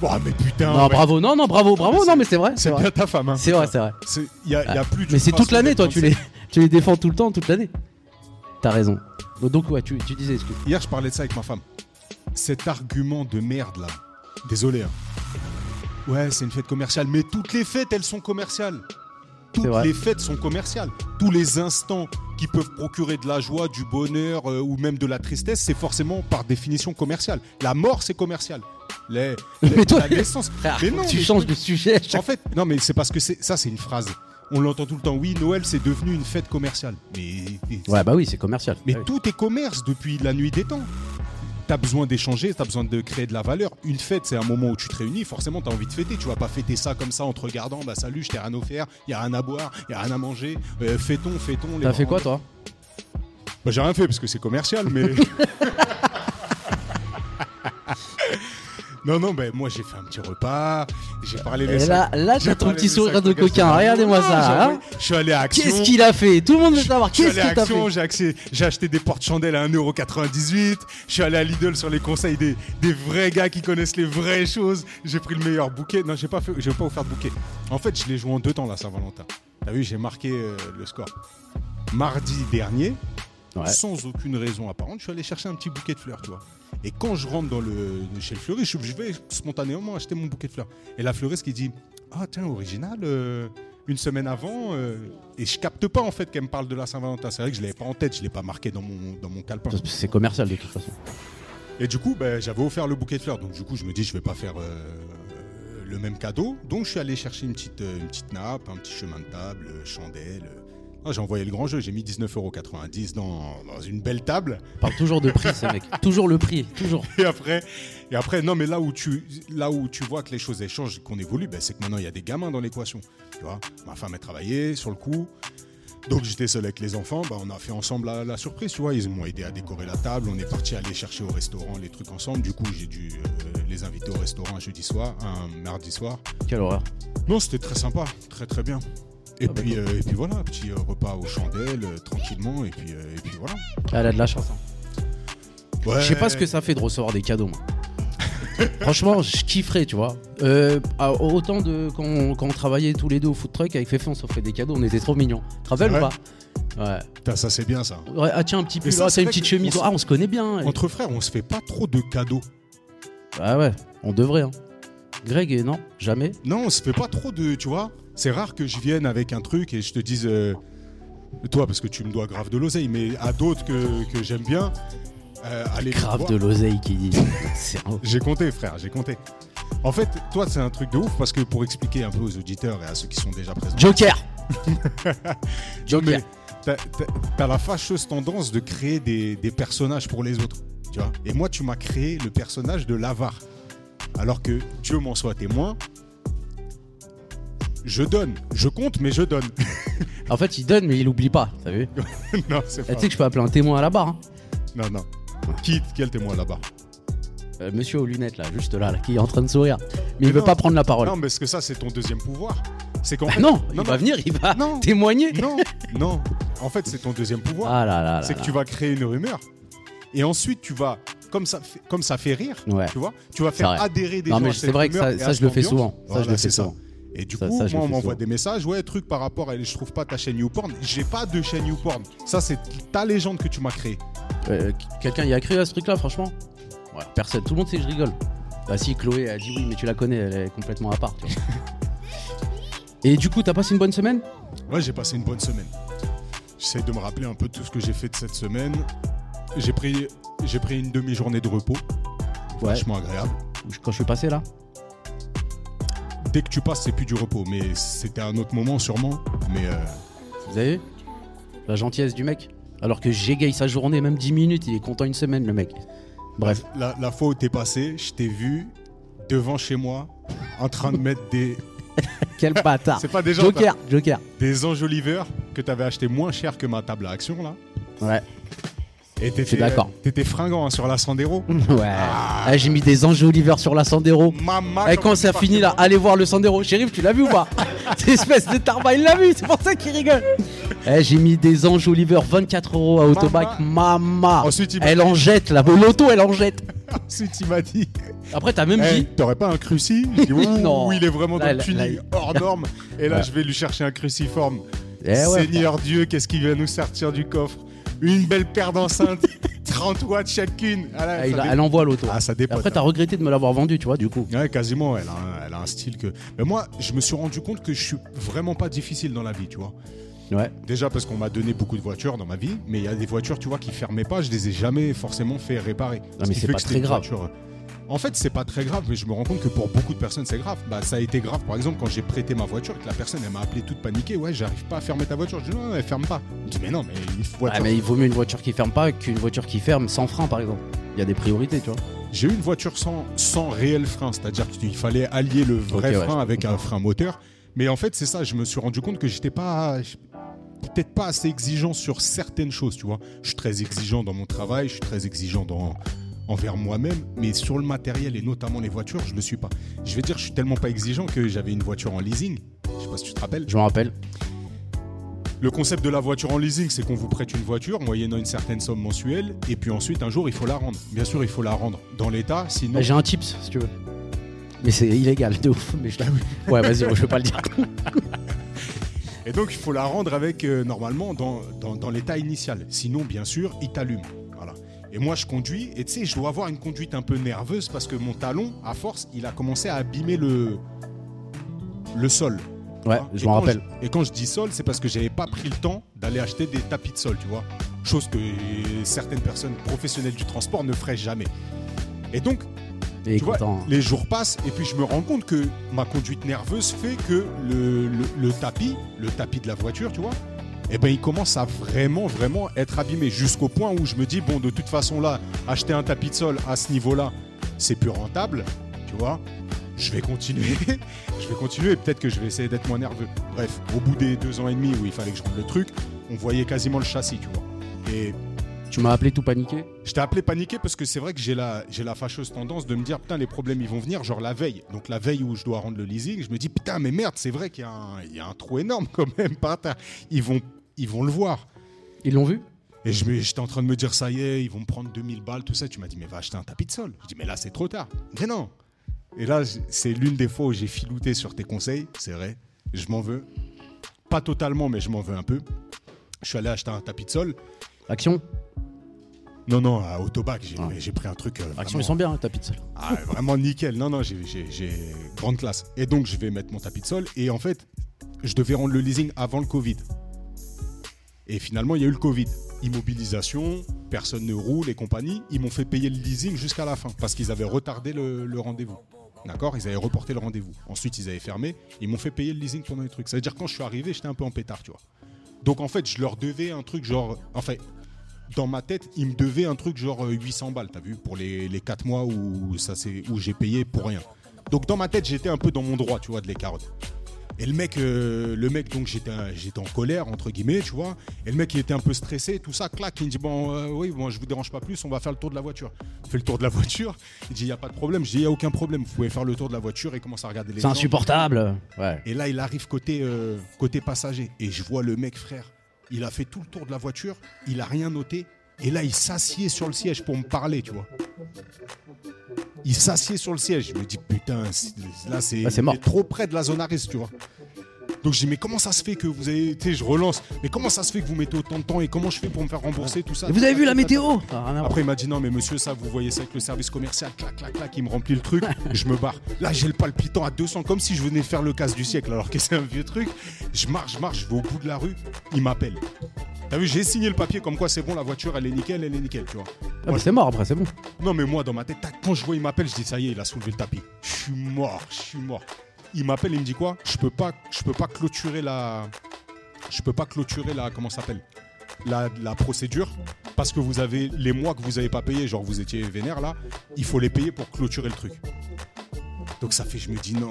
Oh, mais putain. Non, ouais. bravo, non, non, bravo, bravo, non, mais c'est vrai. C'est C'est vrai, bien ta femme. hein. c'est vrai. c'est vrai. C'est- Il y a, il y a plus. d'une Mais c'est façon toute l'année, de toi, tu penser. les, tu les défends tout le temps, toute l'année. T'as raison. Donc, ouais, tu, tu disais, excuse. Hier, je parlais de ça avec ma femme. Cet argument de merde là. Désolé. hein. Ouais, c'est une fête commerciale, mais toutes les fêtes, elles sont commerciales. Toutes C'est vrai. les fêtes sont commerciales. Tous les instants qui peuvent procurer de la joie, du bonheur euh, ou même de la tristesse, c'est forcément par définition commercial. La mort, c'est commercial. Les, les- Mais toi- la naissance. Frère, Mais non, tu mais- changes de sujet à chaque En fait, non, mais c'est parce que c'est ça, c'est une phrase. On l'entend tout le temps. Oui, Noël, c'est devenu une fête commerciale. Mais Ouais, bah oui, c'est commercial. mais Ouais. tout est commerce depuis la nuit des temps. T'as besoin d'échanger, t'as besoin de créer de la valeur. Une fête, c'est un moment où tu te réunis, forcément t'as envie de fêter. Tu vas pas fêter ça comme ça en te regardant, bah salut, je t'ai rien offert, y a rien à boire, y a rien à manger, euh, fêtons, fêtons. les T'as fait parents- quoi, toi Bah, J'ai rien fait parce que c'est commercial, mais. non, non, mais moi j'ai fait un petit repas, j'ai parlé des Et là, sacs- là, j'ai t'as ton parlé petit des sourire sacs de coquin. gâteaux. Regardez-moi Non, ça. j'ai- hein. Je suis allé à Action. Qu'est-ce qu'il a fait Tout le monde veut savoir. Je suis Qu'est-ce allé à que t'as fait Action, j'ai, accès- j'ai acheté des porte-chandelles à 1,98€. Je suis allé à Lidl sur les conseils des, des vrais gars qui connaissent les vraies choses. J'ai pris le meilleur bouquet. Non, j'ai pas, fait, j'ai pas offert de bouquet. En fait, je l'ai joué en deux temps, la Saint-Valentin. T'as vu, j'ai marqué euh, le score. Mardi dernier, Ouais. sans aucune raison apparente, je suis allé chercher un petit bouquet de fleurs, tu vois. Et quand je rentre dans le, chez le fleuriste, je, je vais spontanément acheter mon bouquet de fleurs. Et la fleuriste qui dit Ah, tiens, original, euh, une semaine avant. euh, et je capte pas en fait qu'elle me parle de la Saint-Valentin. C'est vrai que je l'avais pas en tête, je l'ai pas marqué dans mon, dans mon calepin. C'est commercial de toute façon. Et du coup, ben, j'avais offert le bouquet de fleurs. Donc du coup, je me dis Je vais pas faire euh, le même cadeau. Donc je suis allé chercher une petite, euh, une petite nappe, un petit chemin de table, euh, chandelle. Ah, j'ai envoyé le grand jeu, j'ai mis 19,90€ dans, dans une belle table. Parle toujours de prix, ces mecs. Toujours le prix, toujours. Et après, et après, non, mais là où tu, là où tu vois que les choses échangent, qu'on évolue, ben, c'est que maintenant il y a des gamins dans l'équation. Tu vois, ma femme a travaillé sur le coup, donc j'étais seul avec les enfants. ben, on a fait ensemble la, la surprise. Tu vois, ils m'ont aidé à décorer la table. On est parti aller chercher au restaurant les trucs ensemble. Du coup, j'ai dû euh, les inviter au restaurant un jeudi soir, un mardi soir. Quelle horreur. Non, c'était très sympa, très très bien. Et, Ah, puis, euh, et puis voilà, petit euh, repas aux chandelles, euh, tranquillement, et puis, euh, et puis voilà. Elle a de la chance. hein. Je sais pas ce que ça fait de recevoir des cadeaux. moi. Franchement, je kifferais, tu vois. Euh, à- autant de quand on, quand on travaillait tous les deux au food truck avec Fefe, on s'offrait des cadeaux, on était trop mignons. Tu te rappelles C'est ou vrai pas Putain, ça c'est bien ça. ouais. Ouais, Ah tiens, un petit pull, ça, ah, c'est t'as une vrai petite que chemise. on s- Ah, on se connaît bien. Et- Entre frères, on se fait pas trop de cadeaux. Ah ouais, on devrait. Hein. Greg, et non, jamais. Non, on se fait pas trop de. Tu vois, c'est rare que je vienne avec un truc et je te dise. euh, toi, parce que tu me dois grave de l'oseille, mais à d'autres que, que j'aime bien. euh, allez, Grave voir. de l'oseille qui dit. C'est un- J'ai compté, frère, j'ai compté. En fait, toi, c'est un truc de ouf parce que pour expliquer un peu aux auditeurs et à ceux qui sont déjà présents. Joker Mais Joker. t'as- t'as- T'as la fâcheuse tendance de créer des, des personnages pour les autres. Tu vois Et moi, tu m'as créé le personnage de l'avare. Alors que Dieu m'en soit témoin, je donne. Je compte, mais je donne. En fait, il donne, mais il oublie pas, t'as vu non, c'est Eh, pas. Tu sais que je peux appeler un témoin à la barre. hein. Non, non. Qui, quel témoin là-bas Euh, monsieur aux lunettes, là, juste là, là, qui est en train de sourire. Mais il Mais veut non. pas prendre la parole. Non, mais parce que ça, c'est ton deuxième pouvoir. C'est qu'en Bah fait- non, il non, va venir, il va Non. témoigner. non, non. En fait, c'est ton deuxième pouvoir. Ah là là là. c'est que là. tu vas créer une rumeur et ensuite tu vas comme ça fait- comme ça fait rire Ouais. tu vois tu vas C'est faire vrai. adhérer des Non gens mais à c'est cette vrai que rumeur ça, et à ça, je cette le fais ambiance. souvent. Voilà, ça je le c'est fais souvent. et du Ça- coup ça, je le moi on fais m'envoie souvent. des messages ouais truc par rapport à je trouve pas ta chaîne YouPorn j'ai pas de chaîne YouPorn ça c'est ta légende que tu m'as créée Euh, Quelqu'un y a cru à ce truc-là, franchement Ouais, Personne. Tout le monde sait que je rigole. Bah si, Chloé a dit oui, mais tu la connais, elle est complètement à part. tu vois. Et du coup, t'as passé une bonne semaine ouais j'ai passé une bonne semaine j'essaie de me rappeler un peu tout ce que j'ai fait de cette semaine j'ai pris j'ai pris une demi-journée de repos Ouais. vachement agréable Quand je suis passé là dès que tu passes c'est plus du repos mais c'était un autre moment sûrement mais euh, Vous avez vu La gentillesse du mec Alors que j'égaye sa journée, même 10 minutes, il est content une semaine, le mec. Bref. La, la fois où t'es passé, je t'ai vu devant chez moi en train de mettre des, Quel bâtard. c'est pas des gens, Joker, Joker. des enjoliveurs que t'avais acheté moins cher que ma table à action là. Ouais. Et suis t'étais, d'accord. t'étais fringant hein, sur la Sandero. Ouais. Ah. Eh, J'ai mis des anges Oliver sur la Sandero. Maman, Et Mm. Eh, quand comment ça tu finit là, partais allez voir le Sandero. Shérif, tu l'as vu ou pas Cette espèce de tarba, il l'a vu, c'est pour ça qu'il rigole. Eh, J'ai mis des anges Oliver 24 euros à Autobac. Mama. Ensuite, il m'a- Elle en jette, la L'auto, elle en jette. Ensuite, il m'a dit Après, t'as même Eh, dit. T'aurais pas un cruci J'ai dit, Ouh, Non. il est vraiment dans Là, le là, tuning là, hors norme. Et là, Ouais. je vais lui chercher un cruciforme. Eh ouais. Seigneur Dieu, qu'est-ce qu'il va nous sortir du coffre Une belle paire d'enceintes, 30 watts chacune. Ah, là, Ah, il ça a- dé- elle envoie l'auto. Ah, ça Et dépote. Après, t'as regretté de me l'avoir vendu, tu vois, du coup. Ouais, quasiment, elle a, un, elle a un style que. Mais moi, je me suis rendu compte que je suis vraiment pas difficile dans la vie, tu vois. Ouais. Déjà parce qu'on m'a donné beaucoup de voitures dans ma vie, mais il y a des voitures, tu vois, qui fermaient pas, je les ai jamais forcément fait réparer. Ce mais qui c'est fait pas que très c'était une grave. voiture- euh, En fait, c'est pas très grave, mais je me rends compte que pour beaucoup de personnes, c'est grave. Bah, ça a été grave, par exemple, quand j'ai prêté ma voiture, et que la personne, elle m'a appelé toute paniquée, ouais, j'arrive pas à fermer ta voiture. Je dis, non, non, elle ferme pas. Je dis, mais non, mais une Ouais, voiture. mais il vaut mieux une voiture qui ferme pas qu'une voiture qui ferme sans frein, par exemple. Il y a des priorités, tu vois. J'ai eu une voiture sans, sans réel frein, c'est-à-dire qu'il fallait allier le vrai Ok, ouais, Mhm. frein je avec un comprends. frein moteur. Mais en fait, c'est ça, je me suis rendu compte que j'étais pas. je- Peut-être pas assez exigeant sur certaines choses, tu vois. Je suis très exigeant dans mon travail, je suis très exigeant dans, envers moi-même, mais sur le matériel et notamment les voitures, je le suis pas. Je vais dire, je suis tellement pas exigeant que j'avais une voiture en leasing. Je sais pas si tu te rappelles. Je me rappelle. Le concept de la voiture en leasing, c'est qu'on vous prête une voiture moyennant une certaine somme mensuelle, et puis ensuite, un jour, il faut la rendre. Bien sûr, il faut la rendre dans l'état, sinon. J'ai un tips, si tu veux. Mais c'est illégal, de ouf. Mais je... Ah Ouais, vas-y, je veux pas le dire. Et donc, il faut la rendre avec, euh, normalement, dans, dans- dans l'état initial. Sinon, bien sûr, il t'allume. Voilà. Et moi, je conduis, et tu sais, je dois avoir une conduite un peu nerveuse parce que mon talon, à force, il a commencé à abîmer le, le sol. Ouais, Hein. je Et m'en quand rappelle. je- et quand je dis sol, c'est parce que j'avais pas pris le temps d'aller acheter des tapis de sol, tu vois. Chose que certaines personnes professionnelles du transport ne feraient jamais. Et donc, Et tu vois, content. les jours passent et puis je me rends compte que ma conduite nerveuse fait que le, le- le tapis, le tapis de la voiture, tu vois, eh ben il commence à vraiment, vraiment être abîmé jusqu'au point où je me dis, bon, de toute façon, là, acheter un tapis de sol à ce niveau-là, c'est plus rentable, tu vois. Je vais continuer, je vais continuer et peut-être que je vais essayer d'être moins nerveux. Bref, au bout des deux ans et demi où il fallait que je rende le truc, on voyait quasiment le châssis, tu vois. Et Tu m'as appelé tout paniqué. je t'ai appelé paniqué parce que c'est vrai que j'ai la, j'ai la fâcheuse tendance de me dire putain les problèmes ils vont venir genre la veille. Donc la veille où je dois rendre le leasing, je me dis putain mais merde c'est vrai qu'il y a un, il y a un trou énorme quand même par terre. Ils vont, ils vont le voir. Ils l'ont vu Et je me- j'étais en train de me dire ça y est, ils vont me prendre 2000 balles, tout ça. Tu m'as dit mais va acheter un tapis de sol. Je dis mais là c'est trop tard. Mais non. Et là j- c'est l'une des fois où j'ai filouté sur tes conseils, c'est vrai. Je m'en veux. Pas totalement mais je m'en veux un peu. Je suis allé acheter un tapis de sol. Action Non, non, à Autobac, j'ai Ah. j'ai pris un truc. euh, Action, vraiment- ils sont bien, hein, tapis de sol. Ah, vraiment nickel. Non, non, j'ai- j'ai j'ai grande classe. Et donc, je vais mettre mon tapis de sol. Et en fait, je devais rendre le leasing avant le Covid. Et finalement, il y a eu le Covid. Immobilisation, personne ne roule et compagnie. Ils m'ont fait payer le leasing jusqu'à la fin parce qu'ils avaient retardé le, le rendez-vous. D'accord Ils avaient reporté le rendez-vous. Ensuite, ils avaient fermé. Ils m'ont fait payer le leasing pendant les trucs. Ça veut dire, quand je suis arrivé, j'étais un peu en pétard, tu vois. Donc, en fait, je leur devais un truc genre. Enfin, dans ma tête, ils me devaient un truc genre euh, 800 balles, t'as vu, pour les, les 4 mois où, ça s'est- où j'ai payé pour rien. Donc dans ma tête, j'étais un peu dans mon droit, tu vois, de les carottes. Et le mec, euh, le mec donc j'étais j'étais en colère, entre guillemets, tu vois. Et le mec, il était un peu stressé, tout ça, clac, il me dit, bon, euh, oui, bon, je vous dérange pas plus, on va faire le tour de la voiture. On fait le tour de la voiture, il dit, il n'y a pas de problème, je dis, il n'y a aucun problème, vous pouvez faire le tour de la voiture et commence à regarder les C'est gens. insupportable. Ouais. Et là, il arrive côté, euh, côté passager. Et je vois le mec, frère. Il a fait tout le tour de la voiture. Il a rien noté. Et là, il s'assied sur le siège pour me parler, tu vois. Il s'assied sur le siège. Je me dis, putain, c'est- là, c'est Là, Ah, c'est mort. il est trop près de la zone à risque, tu vois. Donc je dis, mais comment ça se fait que vous avez. Tu sais, je relance. Mais comment ça se fait que vous mettez autant de temps et comment je fais pour me faire rembourser tout ça Ah. Et vous avez vu la météo après, il m'a dit non, mais monsieur, ça, vous voyez ça avec le service commercial, clac, clac, clac, il me remplit le truc, je me barre. Là, j'ai le palpitant à 200, comme si je venais faire le casse du siècle, alors que c'est un vieux truc. Je marche, je marche, je vais au bout de la rue, il m'appelle. T'as vu, j'ai signé le papier comme quoi c'est bon, la voiture, elle est nickel, elle est nickel, tu vois. Ah, bah, c'est mort après, c'est bon. Non, mais moi, dans ma tête, tac, quand je vois, il m'appelle, je dis ça y est, il a soulevé le tapis. Je suis mort, je suis mort. Il m'appelle, il me dit quoi Je peux pas, je peux pas clôturer la, je peux pas clôturer la, comment ça s'appelle la, la procédure parce que vous avez les mois que vous n'avez pas payé, genre vous étiez vénère là, il faut les payer pour clôturer le truc. Donc ça fait, je me dis non.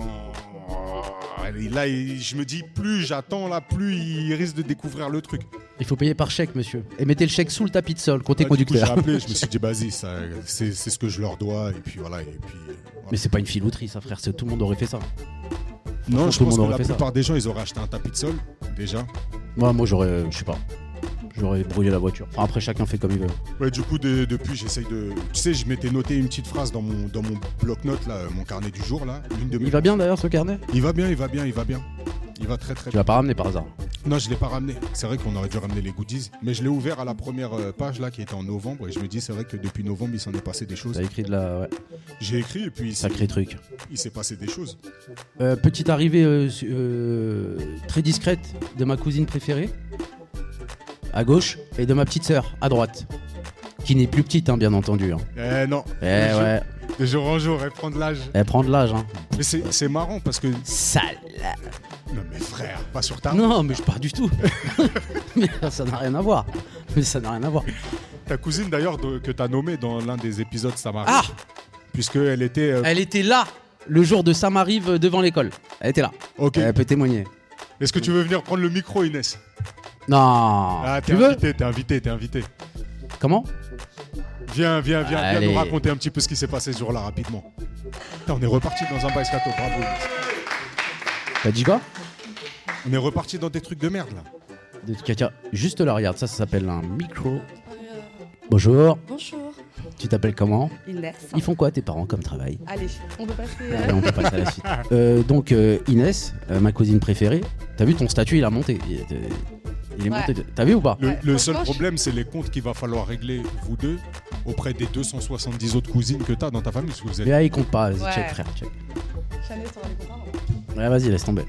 Et là, il- je me dis plus j'attends là, plus il risque de découvrir le truc. Il faut payer par chèque, monsieur. Et mettez le chèque sous le tapis de sol, côté Là, Ah, du coup, j'ai conducteur. appelé, je me suis dit vas-y, ça, c'est c'est ce que je leur dois et puis voilà. Et puis, voilà. Mais c'est pas une filouterie, ça, frère. c'est- Tout le monde aurait fait ça. non, pense je que tout le pense monde que aurait la fait ça. plupart des gens, ils auraient acheté un tapis de sol déjà. Moi, moi, j'aurais, euh, je sais pas, j'aurais brouillé la voiture. Enfin, après, chacun fait comme il veut. Ouais, du coup, de- depuis, j'essaye de. Tu sais, je m'étais noté une petite phrase dans mon, dans mon bloc-notes, là, euh, mon carnet du jour, là. Une de mes- Il va bien d'ailleurs ce carnet il va bien, il va bien, il va bien. Il va très très Tu bien. l'as pas ramené par hasard. Non, je l'ai pas ramené. C'est vrai qu'on aurait dû ramener les goodies, mais je l'ai ouvert à la première euh, page là qui était en novembre et je me dis c'est vrai que depuis novembre il s'en est passé des choses. T'as écrit de la. Ouais, J'ai écrit et puis il s'est- sacré truc. il s'est passé des choses. Euh, petite arrivée euh, su- euh, très discrète de ma cousine préférée, à gauche, et de ma petite sœur, à droite. Qui n'est plus petite, hein, bien entendu. hein. Eh non, Eh Je- ouais, de jour en jour, elle prend de l'âge. elle prend de l'âge. Hein. Mais c'est c'est marrant parce que Sale. non mais frère, pas sur ta Non, mais je pars du tout. mais ça n'a rien à voir. Mais ça n'a rien à voir. ta cousine d'ailleurs de- que t'as nommée dans l'un des épisodes ça m'arrive, Ah puisque elle était euh, Elle était là le jour de Samarive devant l'école. Elle était là. ok. Elle peut témoigner. Est-ce que tu veux venir prendre le micro, Inès Non. Ah, t'es tu veux invité, t'es invité, t'es invité. Comment Viens, viens, viens, Allez. viens nous raconter un petit peu ce qui s'est passé ce jour-là rapidement. Putain, on est reparti dans un bail scato, bravo. T'as dit quoi On est reparti dans des trucs de merde là. Des trucs- tiens, Juste là, regarde, ça, ça s'appelle un micro. Bonjour, Bonjour. tu t'appelles comment Inès. Ils font quoi tes parents comme travail Allez, on peut passer. Allez, on peut passer à la suite. Euh, donc euh, Inès, euh, ma cousine préférée, t'as vu ton statut, il a monté. Il, est- il est Ouais. monté. de- T'as vu ou pas Le, Ouais, le en seul revanche- problème, c'est les comptes qu'il va falloir régler, vous deux, auprès des 270 autres cousines que t'as dans ta famille. Parce que vous Mais êtes... là, il compte pas. Vas-y, Ouais. check, frère, check. euh, Chanel, t'en as des copains Ouais, vas-y, laisse tomber.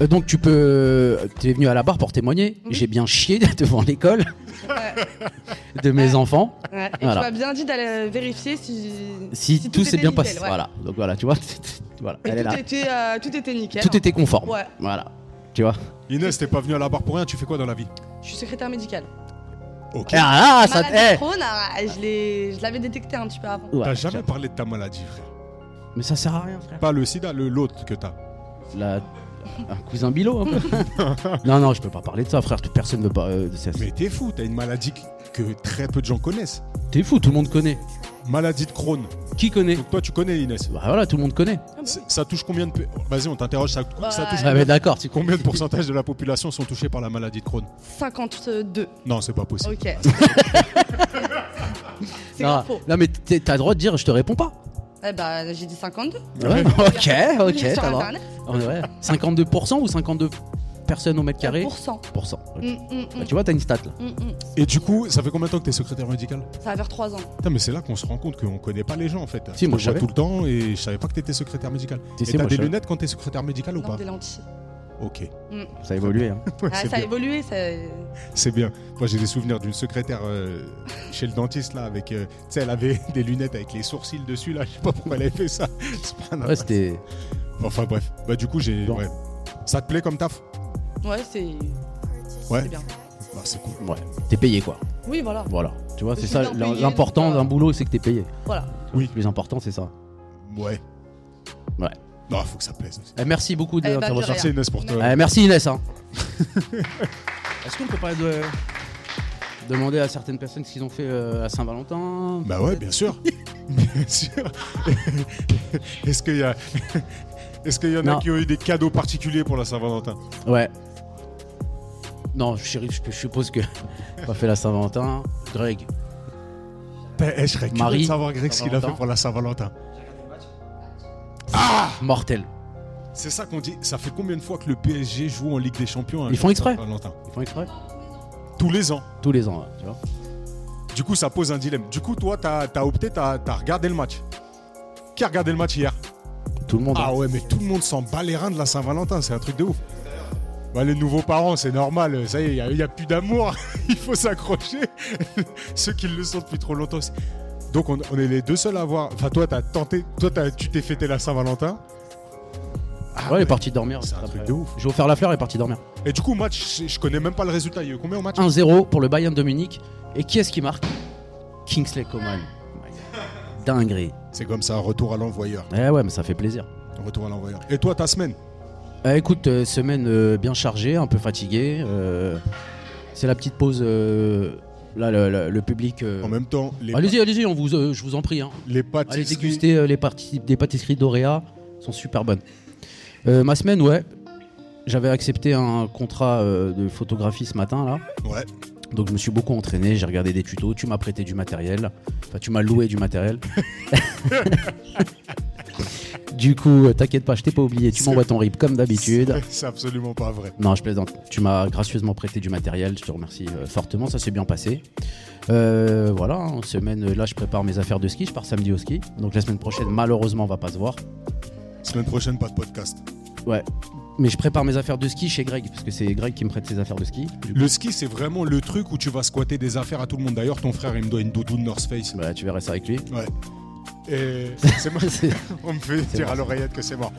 Euh, donc tu peux, t'es venu à la barre pour témoigner. Oui. J'ai bien chié devant l'école Ouais. de mes enfants. Ouais. Et Voilà. tu m'as bien dit d'aller euh, vérifier si, Si, tout, s'est était bien nickel, passé. ouais. Voilà. Donc voilà, tu vois, voilà, Et elle est tout, là. était, euh, tout était nickel. Tout était conforme. Ouais. Voilà. Tu vois Inès, t'es pas venu à la barre pour rien, tu fais quoi dans la vie Je suis secrétaire médicale. Ok. Ah, ah, ça Oh. Maladie eh de Crohn, ah, je l'ai- je l'avais détecté un petit peu avant. Ouais, T'as jamais ça- parlé de ta maladie, frère. Mais ça sert à rien, frère. Pas le sida, le l'autre que t'as. La- Un cousin Bilo, un peu. non, non, je peux pas parler de ça, frère. Tout- Personne ne veut pas. euh, de ça. Mais t'es fou, t'as une maladie qui- que très peu de gens connaissent. T'es fou, tout le monde connaît. Maladie de Crohn. Qui connaît Donc toi, tu connais Ah Inès. Bah voilà, tout le monde connaît. C'est- Ça touche combien de. pe- Vas-y, on t'interroge, ça, ça touche Ah, mais d'accord, tu Combien de pourcentage de la population sont touchés par la maladie de Crohn 52. Non, c'est pas possible. Ok. C'est Non, faux. non, mais t'es- t'as le droit de dire, je te réponds pas. Eh ben, j'ai dit 52. Ah, Ouais, ok, Il est Ah, ok, sur ça va. Internet. On est vrai. 52% ou 52 personnes au mètre carré Pourcent. Pourcent, ok. Mm, mm, mm, Bah, tu vois, t'as une stat là. mm, mm. Et du coup, ça fait combien de temps que t'es secrétaire médical Ça va faire 3 ans. Putain, mais c'est là qu'on se rend compte qu'on connaît pas les gens en fait. Si, moi, je je vois savais. tout le temps et je savais pas que t'étais secrétaire médical. Si, si, et t'as moi, des je savais. lunettes quand t'es secrétaire médical ou Non, pas des lentilles. Ok. Ça a évolué. Hein. Ouais, Ah, c'est ça a bien. évolué. Ça... euh, C'est bien. Moi j'ai des souvenirs d'une secrétaire euh, chez le dentiste là avec. euh, tu sais, elle avait des lunettes avec les sourcils dessus là. Je sais pas pourquoi elle avait fait ça. C'est pas normal. Ouais, c'était. Enfin bref. Bah du coup, j'ai. Bon. ouais. Ça te plaît comme taf Ouais, c'est. Ouais. C'est bien. Bah, c'est cool. Ouais, t'es payé quoi. Oui, voilà. Voilà. Tu vois, c'est Je ça. suis bien payé, L'important donc, euh, d'un boulot, c'est que t'es payé. Voilà. Oui. Le plus important, c'est ça. Ouais. Ouais. Non, faut que ça plaise. Eh, merci beaucoup de Eh ben, l'intervention. de Merci Inès pour toi. Eh, merci Inès. hein. Est-ce qu'on peut pas de- demander à certaines personnes ce qu'ils ont fait euh, à Saint-Valentin Bah ouais, bien sûr. bien sûr. Est-ce qu'il y a. Est-ce qu'il y en Non. a qui ont eu des cadeaux particuliers pour la Saint-Valentin Ouais. Non, chérie, je, je suppose que pas fait la Saint-Valentin. Greg. Ben, eh, je serais curieux Marie, de savoir Greg ce qu'il a Saint-Valentin. fait pour la Saint-Valentin. Mortel. C'est ça qu'on dit. Ça fait combien de fois que le PSG joue en Ligue des Champions hein, un Ils jour font exprès. Saint-Valentin Ils font exprès Tous les ans. Tous les ans, ouais, tu vois. Du coup, ça pose un dilemme. Du coup, toi, t'as as opté, t'as as regardé le match. Qui a regardé le match hier Tout le monde. Ah hein. ouais, mais tout le monde s'en bat les reins de la Saint-Valentin, c'est un truc de ouf. Bah, les nouveaux parents, c'est normal, ça y est, il n'y a, plus d'amour, il faut s'accrocher. Ceux qui le sont depuis trop longtemps. c'est- Donc on, on est les deux seuls à avoir. Enfin, toi, t'as tenté, toi, t'as- tu t'es fêté la Saint-Valentin. Ah ouais, il ouais. est parti dormir. C'est un Après, truc de ouf. J'ai offert la fleur, il est parti dormir. Et du coup, match, je- je connais même pas le résultat. Il y a eu combien au match 1-0 pour le Bayern de Munich. Et qui est-ce qui marque Kingsley Coman. Dinguerie. C'est comme ça, retour à l'envoyeur. Eh ouais, mais ça fait plaisir. Retour à l'envoyeur. Et toi, ta semaine Euh, écoute, euh, semaine euh, bien chargée, un peu fatiguée. euh, c'est la petite pause. euh, là, le, le- le public. euh, En Oh, même temps, les, Allez-y, allez-y, on vous, euh, je vous en prie. hein. les Allez pâtisseries. déguster euh, les parties, des pâtisseries d'Oréa, sont super bonnes. Euh, ma semaine, ouais. J'avais accepté un contrat euh, de photographie ce matin là, Ouais. donc je me suis beaucoup entraîné, j'ai regardé des tutos, tu m'as prêté du matériel, enfin tu m'as loué du matériel. du coup, euh, t'inquiète pas, je t'ai pas oublié, tu C'est- m'envoies ton rip comme d'habitude. C'est absolument pas vrai. Non, je plaisante. Tu m'as gracieusement prêté du matériel. Je te remercie euh, fortement. Ça s'est bien passé. Euh, voilà, en semaine, euh, là, je prépare mes affaires de ski. Je pars samedi au ski. Donc la semaine prochaine, malheureusement, on va pas se voir. Semaine prochaine, pas de podcast. Mais je prépare mes affaires de ski chez Greg, parce que c'est Greg qui me prête ses affaires de ski. Du coup, Le ski, c'est vraiment le truc où tu vas squatter des affaires à tout le monde. D'ailleurs, ton frère, il me doit une doudoune North Face. bah, tu verras ça avec lui. Et c'est moi, C'est- on me fait dire à l'oreillette que c'est mort.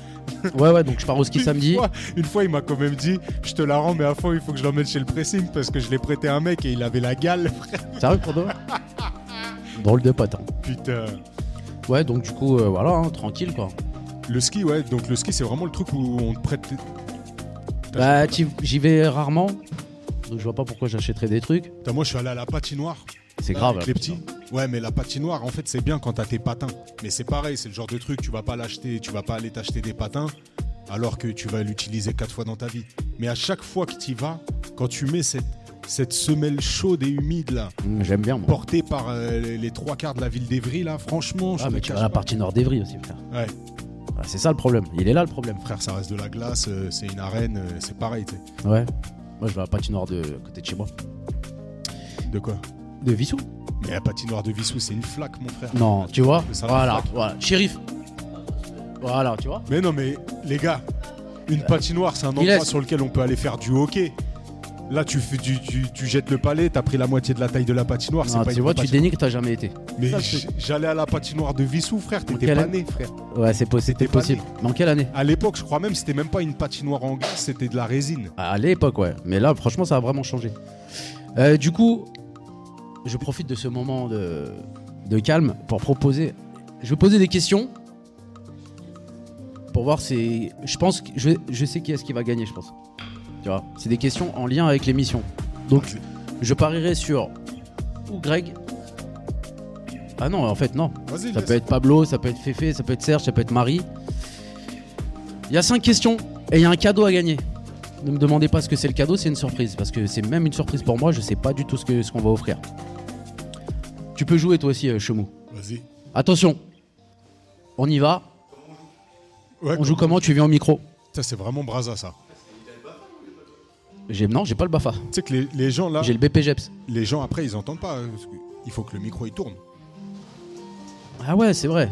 ouais, ouais, donc je pars au ski samedi. Une fois, une fois, il m'a quand même dit Je te la rends, mais à fond, il faut que je l'emmène chez le pressing parce que je l'ai prêté à un mec et il avait la gale. Sérieux, pour demain Drôle de pote. hein. Putain. Ouais, donc du coup, euh, voilà, hein, tranquille quoi. Le ski, ouais, donc le ski, c'est vraiment le truc où on te prête. Bah, t'y- j'y vais rarement. Donc je vois pas pourquoi j'achèterais des trucs. Putain, moi, je suis allé à la patinoire. C'est grave. hein, Avec là, les petits. Ouais, mais la patinoire, en fait, c'est bien quand t'as tes patins. Mais c'est pareil, c'est le genre de truc, tu vas pas l'acheter, tu vas pas aller t'acheter des patins alors que tu vas l'utiliser quatre fois dans ta vie. Mais à chaque fois que t'y vas, quand tu mets cette, cette semelle chaude et humide là, Mmh, J'aime bien moi. portée par euh, les, les trois quarts de la ville d'Evry là, franchement, je Ah, te mais tu cache vas à la pas. partie nord d'Evry aussi, frère. Ouais. Ah, c'est ça le problème. Il est là le problème, frère. Frère, ça reste de la glace, euh, c'est une arène, euh, c'est pareil, tu sais. Ouais. Moi, je vais à la patinoire de à côté de chez moi. De quoi De Vissou Mais la patinoire de Vissou, c'est une flaque, mon frère. Non, tu vois Ça va, Voilà, fuck. voilà. Shérif Voilà, tu vois Mais non, mais les gars, une patinoire, c'est un endroit laisse. sur lequel on peut aller faire du hockey. Là, tu, fais du- tu- tu jettes le palais, t'as pris la moitié de la taille de la patinoire. c'est Non, pas Tu une vois, vraie tu dénigres, t'as jamais été. patinoire. Mais ça, j- j'allais à la patinoire de Vissou, frère, t'étais Quelle pas année né, frère. Ouais, c'est possible. C'était C'était possible. Mais en quelle année À l'époque, je crois même, c'était même pas une patinoire en glace, c'était de la résine. À l'époque, ouais. Mais là, franchement, ça a vraiment changé. Euh, du coup, je profite de ce moment de, de calme pour proposer. Je vais poser des questions pour voir si. Je pense que je, je sais qui est-ce qui va gagner, je pense. Tu vois, c'est des questions en lien avec l'émission. Donc, Vas-y. je parierai sur ou Greg. Ah non, en fait, non. Vas-y, Ça laisse. peut être Pablo, ça peut être Féfé, ça peut être Serge, ça peut être Marie. Il y a cinq questions et il y a un cadeau à gagner. Ne me demandez pas ce que c'est le cadeau, c'est une surprise. Parce que c'est même une surprise pour moi, je sais pas du tout ce qu'on ce qu'on va offrir. Tu peux jouer toi aussi, euh, Chemou. Vas-y. Attention, on y va. Ouais, On joue comment Tu viens au micro Ça, c'est vraiment brasa, ça. J'ai- Non, j'ai pas le BAFA. Tu sais que les, les gens, là, J'ai le BPGEPS. les gens, après, ils entendent pas. hein, parce que Il faut que le micro, il tourne. Ah ouais, c'est vrai.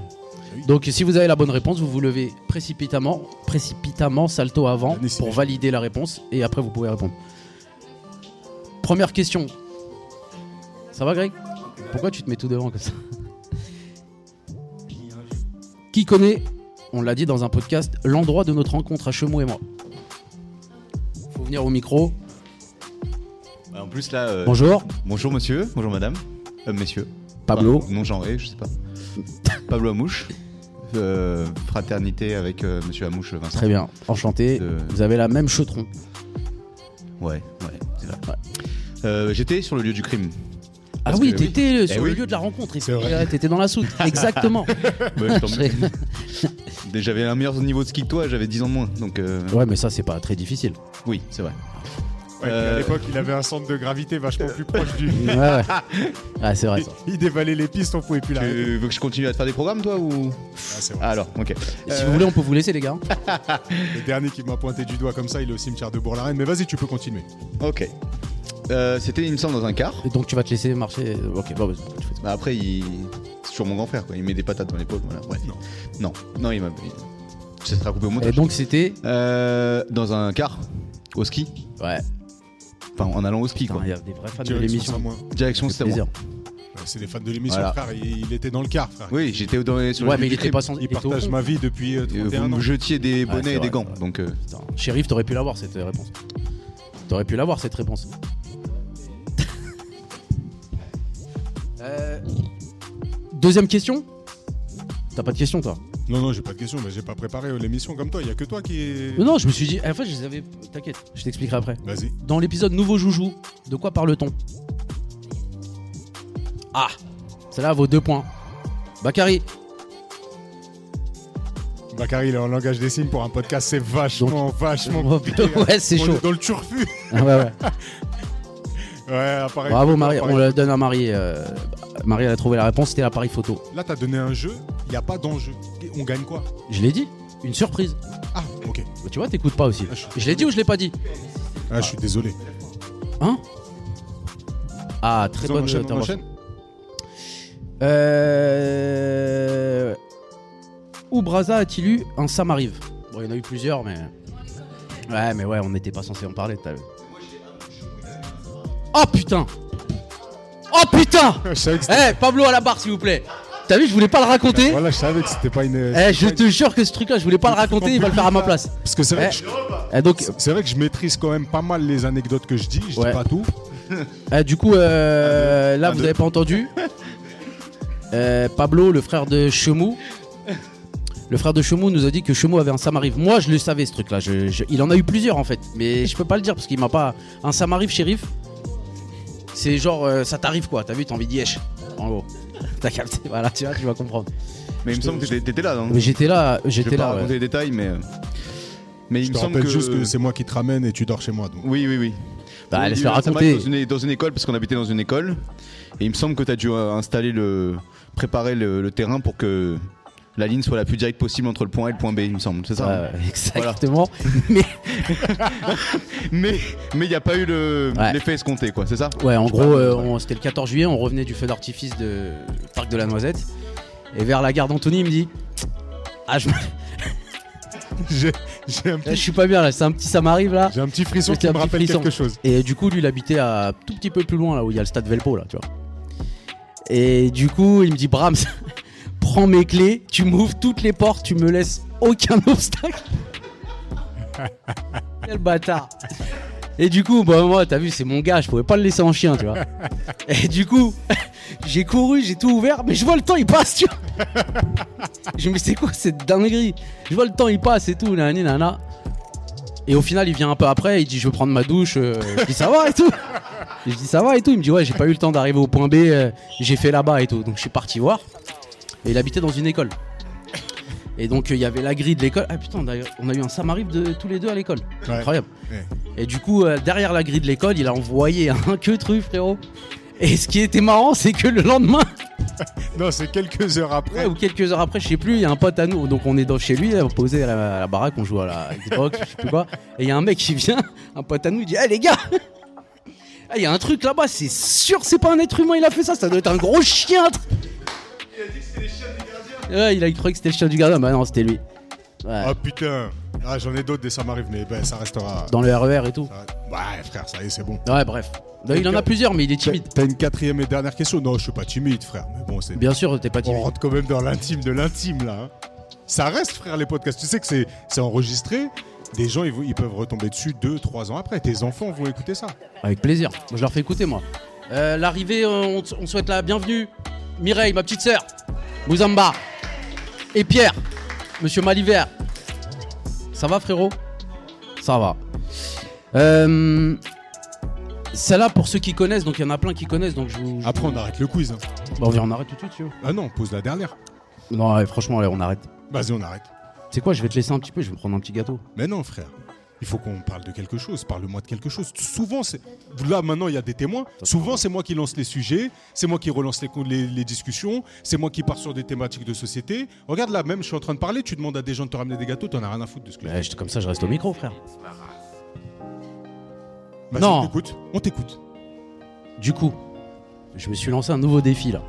oui. Donc si vous avez la bonne réponse, vous vous levez précipitamment, précipitamment, salto avant Allez, c'est pour déjà. valider la réponse et après vous pouvez répondre. Première question. Ça va Greg Pourquoi tu te mets tout devant comme ça Qui connaît, on l'a dit dans un podcast, l'endroit de notre rencontre à Chemou et moi Faut venir au micro. Ouais, En plus là, euh, Bonjour, bonjour monsieur, bonjour madame, euh, messieurs. Pablo. Enfin, non genré, je sais pas. Pablo Amouche, euh, fraternité avec euh, monsieur Amouche Vincent. Très bien, enchanté. Euh, Vous avez la même chetron. Ouais, ouais, c'est vrai. Euh, J'étais sur le lieu du crime. Ah Parce oui, que- t'étais Eh sur le oui. lieu de la rencontre. C'est vrai. Ouais, T'étais dans la soute, exactement. Ouais, je t'en- J'avais un meilleur niveau de ski que toi, j'avais 10 ans de moins. Donc euh, Ouais, mais ça, c'est pas très difficile. oui, c'est vrai. Ouais, Euh, À l'époque, il avait un centre de gravité vachement plus proche du. Ouais, ouais. Ah, c'est vrai, ça. Il dévalait les pistes, on pouvait plus l'arrêter. Tu veux que je continue à te faire des programmes toi ou Ah, c'est vrai. Ah, Alors, ok. Euh, Si vous voulez, on peut vous laisser, les gars. Le dernier qui m'a pointé du doigt comme ça, il est au cimetière de Bourg-la-Reine. Mais vas-y, tu peux continuer. Ok. Euh, C'était il me semble dans un car. Et donc, tu vas te laisser marcher. euh, Ok, bon, vas-y. tu fais ça. Bah après, il... c'est toujours mon grand frère, quoi. Il met des patates dans l'épaule, voilà. Ouais. Non. Non, non, il m'a. il- Ça sera coupé au montage. Et donc, c'était. Euh, dans un car, au ski. Ouais. Enfin, en allant au ski, Putain, quoi. Il y a des vrais fans de Direction l'émission. Samoin. Direction Ça fait Samoa. plaisir. Ouais, c'est des fans de l'émission, Voilà. frère. Il, il était dans le quart, frère. Oui, j'étais dans les- sur Ouais, les mais il du était crime. pas sans. il Il était au- partage ma vie depuis euh, Et Vous 31 ans. me jetiez des Ouais, bonnets c'est et des vrai, gants. c'est vrai. Donc, euh, Putain, shérif, t'aurais pu l'avoir cette euh, réponse. T'aurais pu l'avoir cette réponse. Euh, Deuxième question T'as pas de question toi Non, non, j'ai pas de question, mais j'ai pas préparé euh, l'émission comme toi. Il y a que toi qui. Non, Non, je me suis dit. En fait, je les avais. T'inquiète, je t'expliquerai après. Vas-y. Dans l'épisode Nouveau Joujou, de quoi parle-t-on Ah Celle-là vaut deux points. Bah, Bakary, Bakary, il est en langage des signes pour un podcast. C'est vachement, vachement Oh, compliqué. hein. putain, ouais, c'est On chaud. est dans le turfu. Ah ouais, ouais. Ouais, appareil. bravo photo, Marie, appareil- on la donne à Marie. euh, Marie, elle a trouvé la réponse, c'était l'appareil photo. Là, t'as donné un jeu, il n'y a pas d'enjeu. Et On gagne quoi Je l'ai dit, une surprise. Ah, ok. Bah, tu vois, t'écoutes pas aussi. Ah, je suis- Je l'ai dit ou je l'ai pas dit Hein Ah, je suis désolé. Ah, très Vas-y, on bonne enchaîne, on intervention. enchaîne. Euh... Où Braza a-t-il eu un ça m'arrive Bon, il y en a eu plusieurs, mais. Ouais, mais ouais, on n'était pas censé en parler tout à l'heure. Oh putain Oh putain Je savais que Eh, c'était- Pablo à la barre, s'il vous plaît T'as vu, je voulais pas le raconter Voilà, je savais que c'était pas une. Eh, je te jure que ce truc-là, je voulais pas le raconter, il va le faire à ma place. Parce que c'est Eh. vrai, que je- Eh, donc, c'est vrai que je maîtrise quand même pas mal les anecdotes que je dis. Je Ouais. dis pas tout. Euh, du coup, euh, là, Un, vous deux. n'avez pas entendu. Euh, Pablo, le frère de Chemou. Le frère de Chemou nous a dit que Chemou avait un Samarive. Moi, je le savais, ce truc-là. Je- je- il en a eu plusieurs, en fait. Mais je peux pas le dire parce qu'il m'a pas. Un Samarive, shérif, c'est genre, euh, ça t'arrive quoi. T'as vu, t'as envie d'y être. En gros. T'as capté. Voilà, tu vois, tu vas comprendre. mais il me te- semble que je- t'étais t'étais là. hein. non Mais j'étais là, Mmh. Je vais j'étais pas là. ouais. raconter les détails, mais euh, mais Je il me te semble rappelle que. juste que c'est moi qui te ramène et tu dors chez moi. Donc. Oui, oui, oui. Bah, Oui, laisse il le y a eu un raconter. samaritain Dans une, dans une école, parce qu'on habitait dans une école. Et il me semble que tu as dû euh, installer le. préparer le, le terrain pour que la ligne soit la plus directe possible entre le point A et le point B, il me semble. C'est ça hein Ouais, ouais, exactement. Mais Mais mais il n'y a pas eu le- Ouais. l'effet escompté, quoi, c'est ça Ouais, en Je gros, parle, euh, ouais. on- c'était le 14 juillet, on revenait du feu d'artifice de du parc de la Noisette. Et vers la gare d'Anthony, il me dit Ah, je, J'ai j'ai un, je petit- suis pas bien là, c'est un petit, ça m'arrive là. j'ai un petit frisson C'était qui un me petit rappelle frisson. quelque chose. Et du coup, lui, il habitait à tout petit peu plus loin là où il y a le stade Velpo là, tu vois. Et du coup, il me dit Brahms, prends mes clés, tu m'ouvres toutes les portes, tu me laisses aucun obstacle. Quel bâtard. Et du coup, bah moi, t'as vu, c'est mon gars, je pouvais pas le laisser en chien, tu vois. Et du coup, j'ai couru, j'ai tout ouvert, mais je vois le temps, il passe, tu vois. Je me dis, c'est quoi cette dinguerie Je vois le temps, il passe et tout, nanani, nanana. Et au final, il vient un peu après, il dit, je veux prendre ma douche. euh, je dis, ça va et tout. Et je dis, ça va et tout. Il me dit, ouais, j'ai pas eu le temps d'arriver au point B, euh, j'ai fait là-bas et tout. Donc je suis parti voir. Et il habitait dans une école. Et donc, euh, il y avait la grille de l'école. Ah putain, on a, on a eu un Samarive de tous les deux à l'école. Ouais. Incroyable. Ouais. Et du coup, euh, derrière la grille de l'école, il a envoyé un queutru, frérot. Et ce qui était marrant, c'est que le lendemain, Non, c'est quelques heures Ouais, après. ou quelques heures après, je sais plus, il y a un pote à nous, donc on est dans chez lui, on posait à la, à la baraque, on joue à la Xbox, je sais plus quoi. Et il y a un mec qui vient, un pote à nous, il dit Eh les gars Ah, Il y a un truc là-bas, c'est sûr, c'est pas un être humain, il a fait ça, ça doit être un gros chien Il a dit que c'était les chiens du gardien Ouais, il a cru que c'était le chien du gardien, bah non, c'était lui. Ouais, Ah putain. Ah, j'en ai d'autres des ça m'arrive, mais ben, ça restera. Dans le RER et tout. Ah, Ouais, frère, ça y est, c'est bon. Ouais, bref. Bah, il en a plusieurs, mais il est T'as timide. t'as une quatrième et dernière question Non, je suis pas timide, frère. Mais bon, c'est. Bien sûr, t'es pas On timide. rentre quand même dans l'intime de l'intime, là. hein. Ça reste, frère, les podcasts. Tu sais que c'est c'est enregistré. Des gens, ils, vont- ils peuvent retomber dessus deux, trois ans après. Tes enfants vont écouter ça. Avec plaisir, je leur fais écouter moi. Euh, L'arrivée, euh, on, t- on souhaite la bienvenue. Mireille, ma petite sœur, Mouzamba, et Pierre, Monsieur Maliver. Ça va frérot Ça va. Euh, Celle-là, pour ceux qui connaissent, donc il y en a plein qui connaissent, donc je vous... je- Après, on arrête le quiz. hein. Bah, on vient, on arrête tout de suite, tu veux Ah non, pose la dernière. Non, ouais, franchement, allez, on arrête. Vas-y, on arrête. C'est quoi, je vais te laisser un petit peu, je vais me prendre un petit gâteau. Mais non, frère. Il faut qu'on parle de quelque chose. Parle-moi de quelque chose. Souvent, c'est. Là, maintenant, il y a des témoins. Souvent, c'est moi qui lance les sujets. C'est moi qui relance les, les- les discussions. C'est moi qui pars sur des thématiques de société. Regarde, là, même, je suis en train de parler. Tu demandes à des gens de te ramener des gâteaux. T'en as rien à foutre de ce que je Bah, je- comme ça, je reste au micro, frère. Vas-y, non. On t'écoute. On t'écoute. Du coup, je me suis lancé un nouveau défi là.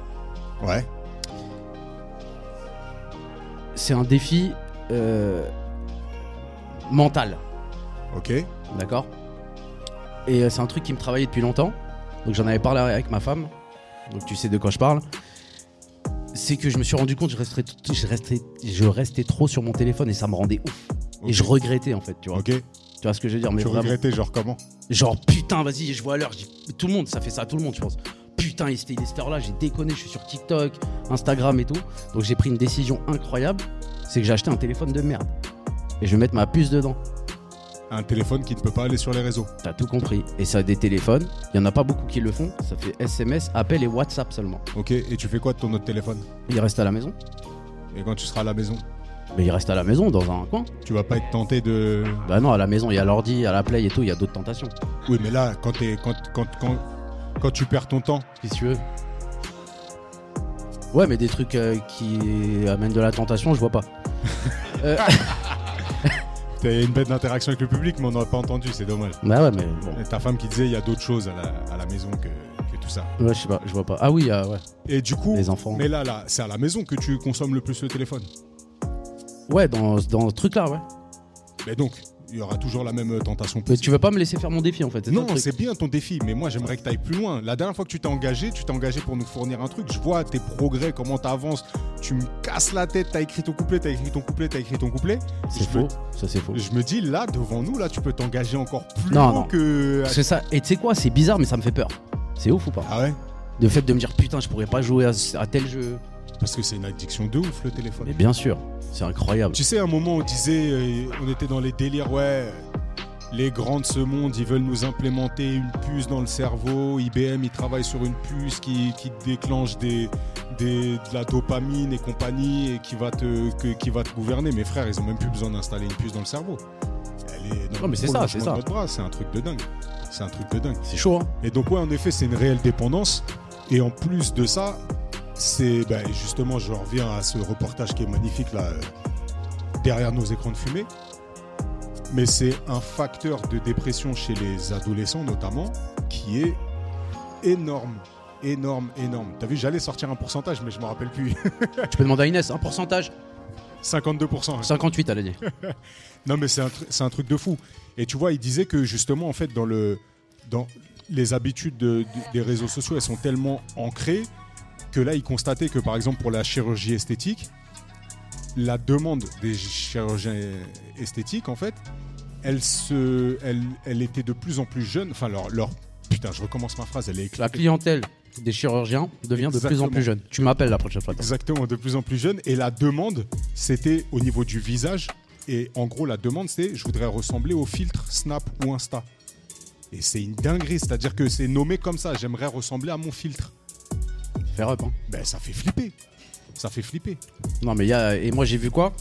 Ouais. c'est un défi euh, mental, Ok. d'accord Et euh, c'est un truc qui me travaillait depuis longtemps. Donc j'en avais parlé avec ma femme. donc tu sais de quoi je parle. C'est que je me suis rendu compte que je restais, je restais, je restais trop sur mon téléphone et ça me rendait ouf. Ok. Et je regrettais en fait, tu vois. Ok. Tu vois ce que je veux dire mais tu vraiment. regrettais, genre comment Genre putain, vas-y, je vois l'heure. je dis- Tout le monde, ça fait ça à tout le monde, je pense. Putain, il était il est cette heure-là, j'ai déconné, je suis sur TikTok, Instagram et tout. Donc j'ai pris une décision incroyable, c'est que j'ai acheté un téléphone de merde. Et je vais mettre ma puce dedans. Un téléphone qui ne peut pas aller sur les réseaux. T'as tout compris. Et ça a des téléphones, il y en a pas beaucoup qui le font, ça fait SMS, appel et WhatsApp seulement. Ok. Et tu fais quoi de ton autre téléphone Il reste à la maison. Et quand tu seras à la maison, Mais il reste à la maison dans un coin. tu vas pas être tenté de. Bah non, à la maison, il y a l'ordi, à la play et tout, il y a d'autres tentations. Oui, mais là, quand, t'es- quand, quand, quand, quand tu perds ton temps, Qu'est-ce que tu veux Ouais, mais des trucs euh, qui amènent de la tentation, je vois pas. t'as une bête d'interaction avec le public, mais on n'a pas entendu, c'est dommage. Bah ouais, mais bon. Et ta femme qui disait il y a d'autres choses à la, à la maison que, que tout ça. Ouais, je sais pas, je vois pas. Ah oui, ah ouais, Et du coup, les enfants. mais là, là, c'est à la maison que tu consommes le plus le téléphone. Ouais, dans, dans ce truc-là, ouais. Mais donc, il y aura toujours la même euh, tentation Mais possible. tu veux pas me laisser faire mon défi en fait ça le Non, truc. c'est bien ton défi, mais moi j'aimerais que tu ailles plus loin. La dernière fois que tu t'es engagé, tu t'es engagé pour nous fournir un truc. Je vois tes progrès, comment tu avances. Tu me casses la tête, t'as écrit ton couplet, t'as écrit ton couplet, t'as écrit ton couplet. C'est je peux- faux, ça c'est faux. Je me dis, là, devant nous, là, tu peux t'engager encore plus Non, long non. que. C'est ça, et tu sais quoi, c'est bizarre, mais ça me fait peur. C'est ouf ou pas Ah ouais Le fait de me dire putain, je pourrais pas jouer à, à tel jeu. Parce que c'est une addiction de ouf le téléphone. Mais bien sûr, c'est incroyable. Tu sais, à un moment, on disait, euh, on était dans les délires, ouais, les grands de ce monde, ils veulent nous implémenter une puce dans le cerveau. IBM, ils travaillent sur une puce qui, qui déclenche des, des- de la dopamine et compagnie et qui va, te, que- qui va te gouverner. Mes frères, ils ont même plus besoin d'installer une puce dans le cerveau. Elle est dans Non, mais c'est le ça, c'est prolongement ça. de notre bras, c'est un truc de dingue. C'est un truc de dingue. C'est chaud, hein Et donc ouais, en effet, c'est une réelle dépendance. Et en plus de ça, c'est ben, justement, je reviens à ce reportage qui est magnifique là, euh, derrière nos écrans de fumée. Mais c'est un facteur de dépression chez les adolescents notamment qui est énorme, énorme, énorme. T'as vu, j'allais sortir un pourcentage, mais je me rappelle plus. Tu peux demander à Inès, un pourcentage 52%. hein. 58 à l'année. Non, mais c'est un, tru- c'est un truc de fou. Et tu vois, il disait que justement, en fait, dans, le, dans les habitudes de- de- des réseaux sociaux, elles sont tellement ancrées que là, il constatait que, par exemple, pour la chirurgie esthétique, la demande des chirurgiens esthétiques, en fait, elle, se, elle, elle était de plus en plus jeune. Enfin, leur, leur- Putain, je recommence ma phrase, elle est La éclatée. clientèle des chirurgiens devient de plus en Exactement. plus jeune. Tu m'appelles la prochaine fois. attends. Exactement, de plus en plus jeune. Et la demande, c'était au niveau du visage. Et en gros, la demande, c'est je voudrais ressembler au filtre Snap ou Insta. Et c'est une dinguerie, c'est-à-dire que c'est nommé comme ça. J'aimerais ressembler à mon filtre. Faire up, hein. Ben, ça fait flipper. Ça fait flipper. Non, mais il y a. Et moi, j'ai vu quoi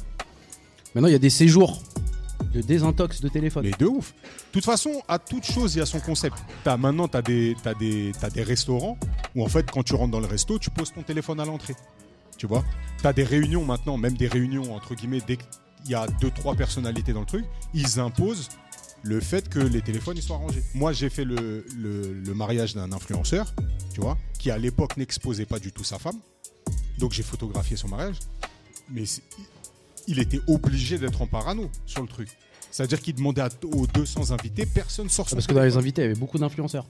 Maintenant, il y a des séjours de désintox de téléphone. Mais de ouf. De toute façon, à toute chose, il y a son concept. As, maintenant, tu as, des, t'as des restaurants où, en fait, quand tu rentres dans le resto, tu poses ton téléphone à l'entrée. Tu vois Tu as des réunions maintenant, même des réunions, entre guillemets, dès qu'il y a deux, trois personnalités dans le truc, ils imposent le fait que les téléphones ils soient rangés. Moi, j'ai fait le, le- le mariage d'un influenceur, tu vois, qui à l'époque n'exposait pas du tout sa femme. Donc, j'ai photographié son mariage. Mais c'est- il était obligé d'être en parano sur le truc. C'est-à-dire qu'il demandait à- aux 200 invités, personne sort son Ah, Parce que dans les invités, il y avait beaucoup d'influenceurs.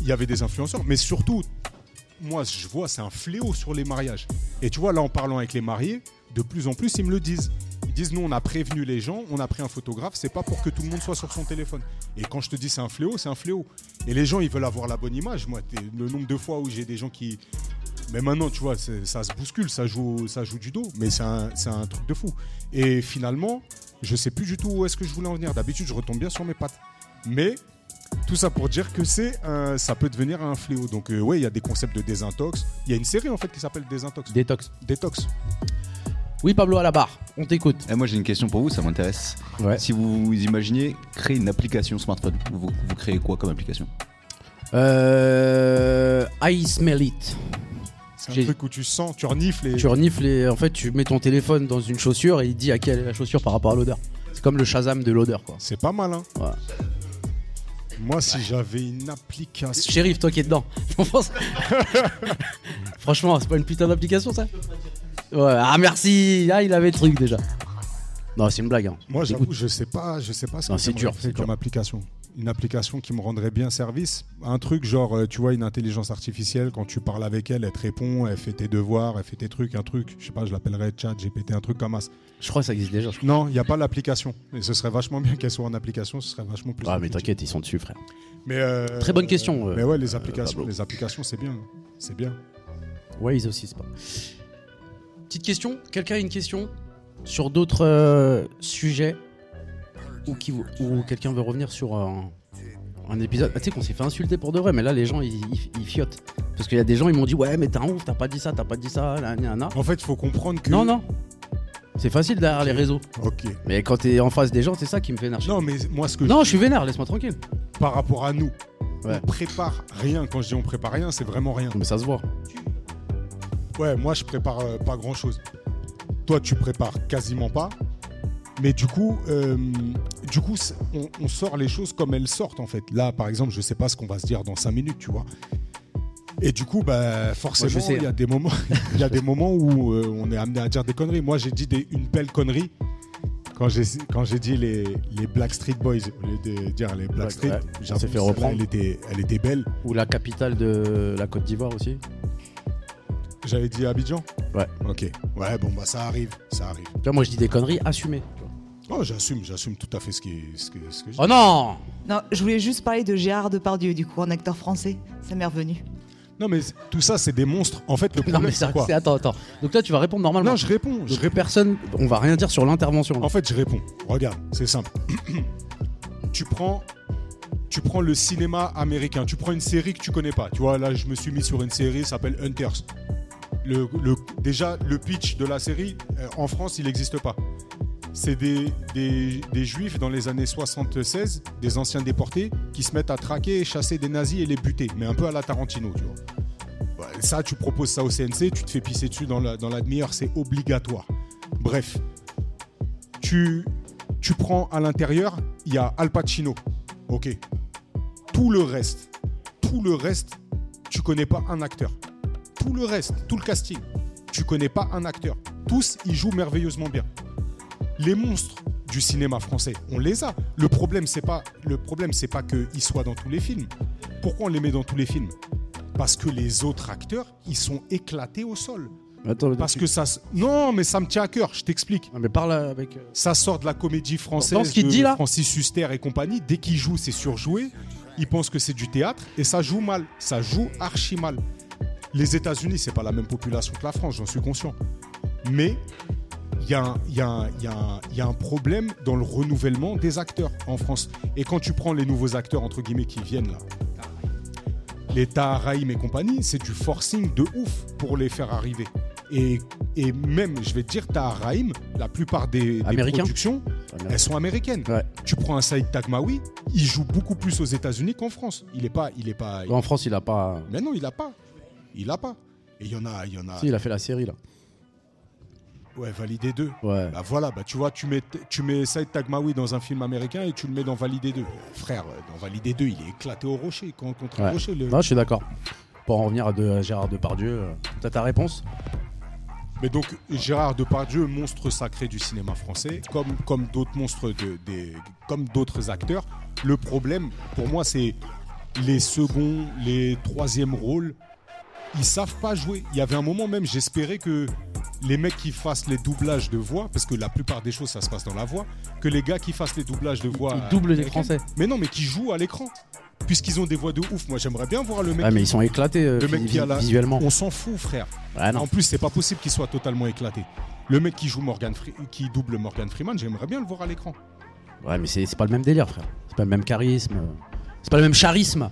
il y avait des influenceurs, mais surtout, moi, je vois, c'est un fléau sur les mariages. Et tu vois, là, en parlant avec les mariés, de plus en plus, ils me le disent. Ils disent, nous, on a prévenu les gens, on a pris un photographe, c'est pas pour que tout le monde soit sur son téléphone. Et quand je te dis c'est un fléau, c'est un fléau. Et les gens, ils veulent avoir la bonne image. Moi, t'es- le nombre de fois où j'ai des gens qui. Mais maintenant, tu vois, c'est- ça se bouscule, ça joue, ça joue du dos, mais c'est un, c'est un truc de fou. Et finalement, je sais plus du tout où est-ce que je voulais en venir. D'habitude, je retombe bien sur mes pattes. Mais tout ça pour dire que c'est un- ça peut devenir un fléau. Donc euh, ouais, il y a des concepts de désintox. Il y a une série en fait qui s'appelle Désintox. Détox. Détox. Oui, Pablo, à la barre. On t'écoute. Eh, moi j'ai une question pour vous, ça m'intéresse. Ouais. Si vous, vous imaginez créer une application smartphone, vous, vous créez quoi comme application Euh, I smell it. C'est un J'ai- truc où tu sens, tu renifles et Tu renifles et en fait tu mets ton téléphone dans une chaussure et il dit à quelle est la chaussure par rapport à l'odeur. C'est comme le Shazam de l'odeur quoi. c'est pas mal hein. Voilà. Moi si j'avais une application. Shérif, toi qui es dedans. T'en penses Franchement, c'est pas une putain d'application ça Ouais. Ah merci. Ah il avait le truc déjà. Non, c'est une blague. hein. Moi Écoute, j'avoue, je sais pas, je sais pas ce Non, que c'est j'aimerais dur, faire c'est comme dur. application. une application qui me rendrait bien service. Un truc genre, euh, tu vois, une intelligence artificielle, quand tu parles avec elle, elle te répond, elle fait tes devoirs, elle fait tes trucs, un truc. Je sais pas, je l'appellerais chat, GPT, un truc comme ça. Je crois que ça existe déjà. je crois. Non, il n'y a pas l'application. Et ce serait vachement bien qu'elle soit en application, ce serait vachement plus. Ah, mais compliqué. t'inquiète, ils sont dessus, frère. Mais, euh, Très bonne question, euh, mais ouais, les applications, Pablo. les applications, c'est bien. C'est bien. Ouais, ils aussi, c'est pas. Petite question Quelqu'un a une question sur d'autres euh, sujets Ou, qui vous- ou quelqu'un veut revenir sur un, un épisode Ah, Tu sais qu'on s'est fait insulter pour de vrai, mais là, les gens, ils, ils- ils fiotent. Parce qu'il y a des gens, ils m'ont dit Ouais, mais t'es un ouf, t'as pas dit ça, t'as pas dit ça, là, gna, gna. En fait, il faut comprendre que. Non, non. C'est facile derrière les réseaux. Ok. Mais quand t'es en face des gens, c'est ça qui me fait énerver. Non, mais moi, ce que Non, je suis vénère, laisse-moi tranquille. par rapport à nous, Ouais. on prépare rien. Quand je dis on prépare rien, c'est vraiment rien. Mais ça se voit. Ouais, moi je prépare euh, pas grand chose. Toi, tu prépares quasiment pas. Mais du coup, euh, du coup c'est- on, on sort les choses comme elles sortent en fait. Là, par exemple, je sais pas ce qu'on va se dire dans 5 minutes, tu vois. Et du coup, bah, forcément, sais, il y hein. a des moments, il y a des moments où euh, on est amené à dire des conneries. Moi, j'ai dit des- une belle connerie quand j'ai quand j'ai dit les, les Black Street Boys au lieu de dire les Black Black, Street. ouais. j'avoue, s'est fait celle-là, reprendre. Elle était, elle était belle. Ou la capitale de la Côte d'Ivoire aussi. J'avais dit Abidjan. Ouais. Ok. Ouais, bon bah ça arrive, ça arrive. Tu vois, moi, je dis des conneries assumées. tu vois. Oh, j'assume, j'assume tout à fait ce qui ce que, ce que je dis. Oh non Non, je voulais juste parler de Gérard Depardieu, du coup, en acteur français. Ça m'est revenu. Non, mais c'est- tout ça, c'est des monstres. En fait, le Non problème, mais c'est ça, quoi c'est attends, attends. Donc là tu vas répondre normalement. Non, je réponds. Je Donc, réponds. personne, on va rien dire sur l'intervention. là. En fait, je réponds. Regarde, c'est simple. tu prends. Tu prends le cinéma américain, tu prends une série que tu connais pas. Tu vois, là, je me suis mis sur une série, ça s'appelle Hunters. Le, le- déjà, le pitch de la série, euh, en France, il n'existe pas. C'est des, des- des juifs dans les années 76, des anciens déportés, qui se mettent à traquer et chasser des nazis et les buter, mais un peu à la Tarantino, tu vois. Bah, Ça, tu proposes ça au CNC, tu te fais pisser dessus dans la, dans la demi-heure, c'est obligatoire. Bref, tu, tu prends à l'intérieur, il y a Al Pacino. Ok. Tout le reste, tout le reste, tu connais pas un acteur. Tout le reste, tout le casting, tu connais pas un acteur. Tous, ils jouent merveilleusement bien. Les monstres du cinéma français, on les a. Le problème, c'est pas le problème, c'est pas qu'ils soient dans tous les films. Pourquoi on les met dans tous les films Parce que les autres acteurs, ils sont éclatés au sol. Attends, Parce que ça, se- non, mais ça me tient à cœur. Je t'explique Non, mais parle avec. euh, ça sort de la comédie française Dans ce qu'il de dit, là Francis Huster et compagnie. Dès qu'il joue, c'est surjoué. Il pense que c'est du théâtre et ça joue mal. Ça joue archi mal. Les États-Unis, c'est pas la même population que la France, j'en suis conscient. Mais il y, a un- il y a un- il y a un- il y a un problème dans le renouvellement des acteurs en France. Et quand tu prends les nouveaux acteurs, entre guillemets, qui viennent là, les Taharaïm et compagnie, c'est du forcing de ouf pour les faire arriver. Et, et même, je vais te dire, Taharaïm, la plupart des, des Américains productions, elles sont américaines. Ouais. Tu prends un Saïd Tagmaoui, il joue beaucoup plus aux États-Unis qu'en France. Il est pas, il est pas. En France, il a pas. Mais non, il a pas, il a pas. Et il y en a, il y en a. Si, il a fait la série là. Ouais, validé deux. Ouais. Bah voilà, bah tu vois, tu mets, tu mets Saïd Tagmaoui dans un film américain et tu le mets dans Validé 2. Euh, Frère, euh, dans Validé 2, il est éclaté au rocher, con- contre Ouais. le rocher. le- Non, je suis d'accord. Pour en revenir à, de, à Gérard Depardieu, euh, t'as ta réponse Mais donc, Gérard Depardieu, monstre sacré du cinéma français, comme, comme d'autres monstres, de- des, comme d'autres acteurs, le problème, pour moi, c'est les seconds, les troisièmes rôles. Ils savent pas jouer. Il y avait un moment même, j'espérais que les mecs qui fassent les doublages de voix, parce que la plupart des choses, ça se passe dans la voix, que les gars qui fassent les doublages de voix. Ils doublent les américaines, Français. Mais non, mais qui jouent à l'écran. Puisqu'ils ont des voix de ouf. Moi, j'aimerais bien voir le mec. Ah, mais ils sont éclatés euh, le mec vis- qui a la- visuellement. On s'en fout, frère. Ah non. En plus, c'est pas possible qu'il soit totalement éclaté. Le mec qui joue Morgan Fre- qui double Morgan Freeman, j'aimerais bien le voir à l'écran. Ouais, mais c'est c'est pas le même délire, frère. C'est pas le même charisme. euh, C'est pas le même charisme.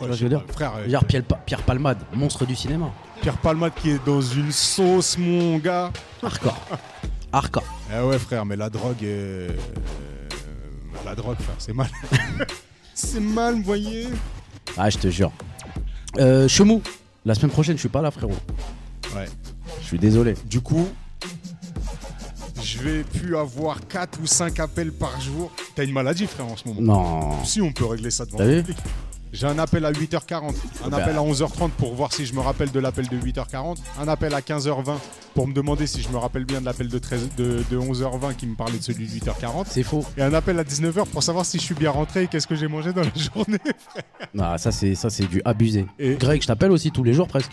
Ouais, je sais veux pas, dire. frère, euh, Je veux dire, Pierre, Pa- Pierre Palmade, monstre du cinéma. Pierre Palmade qui est dans une sauce, mon gars. Hardcore. Hardcore. Eh ouais, frère, mais la drogue, euh, euh, la drogue, frère, c'est mal. c'est mal, vous voyez. Ah, je te jure. Euh, Chemou, la semaine prochaine, je suis pas là, frérot. Ouais. Je suis désolé. Du coup, je vais plus avoir 4 ou 5 appels par jour. T'as une maladie, frère, en ce moment. Non. Si on peut régler ça devant T'as le vu Ben. public. J'ai un appel à 8h40, un Bah. appel à 11h30 pour voir si je me rappelle de l'appel de 8h40, un appel à 15h20 pour me demander si je me rappelle bien de l'appel de, 13 de, de 11h20 qui me parlait de celui de 8h40, C'est faux. et un appel à 19h pour savoir si je suis bien rentré et qu'est-ce que j'ai mangé dans la journée. Ah, ça c'est ça c'est du abusé. Et- Greg, je t'appelle aussi tous les jours presque.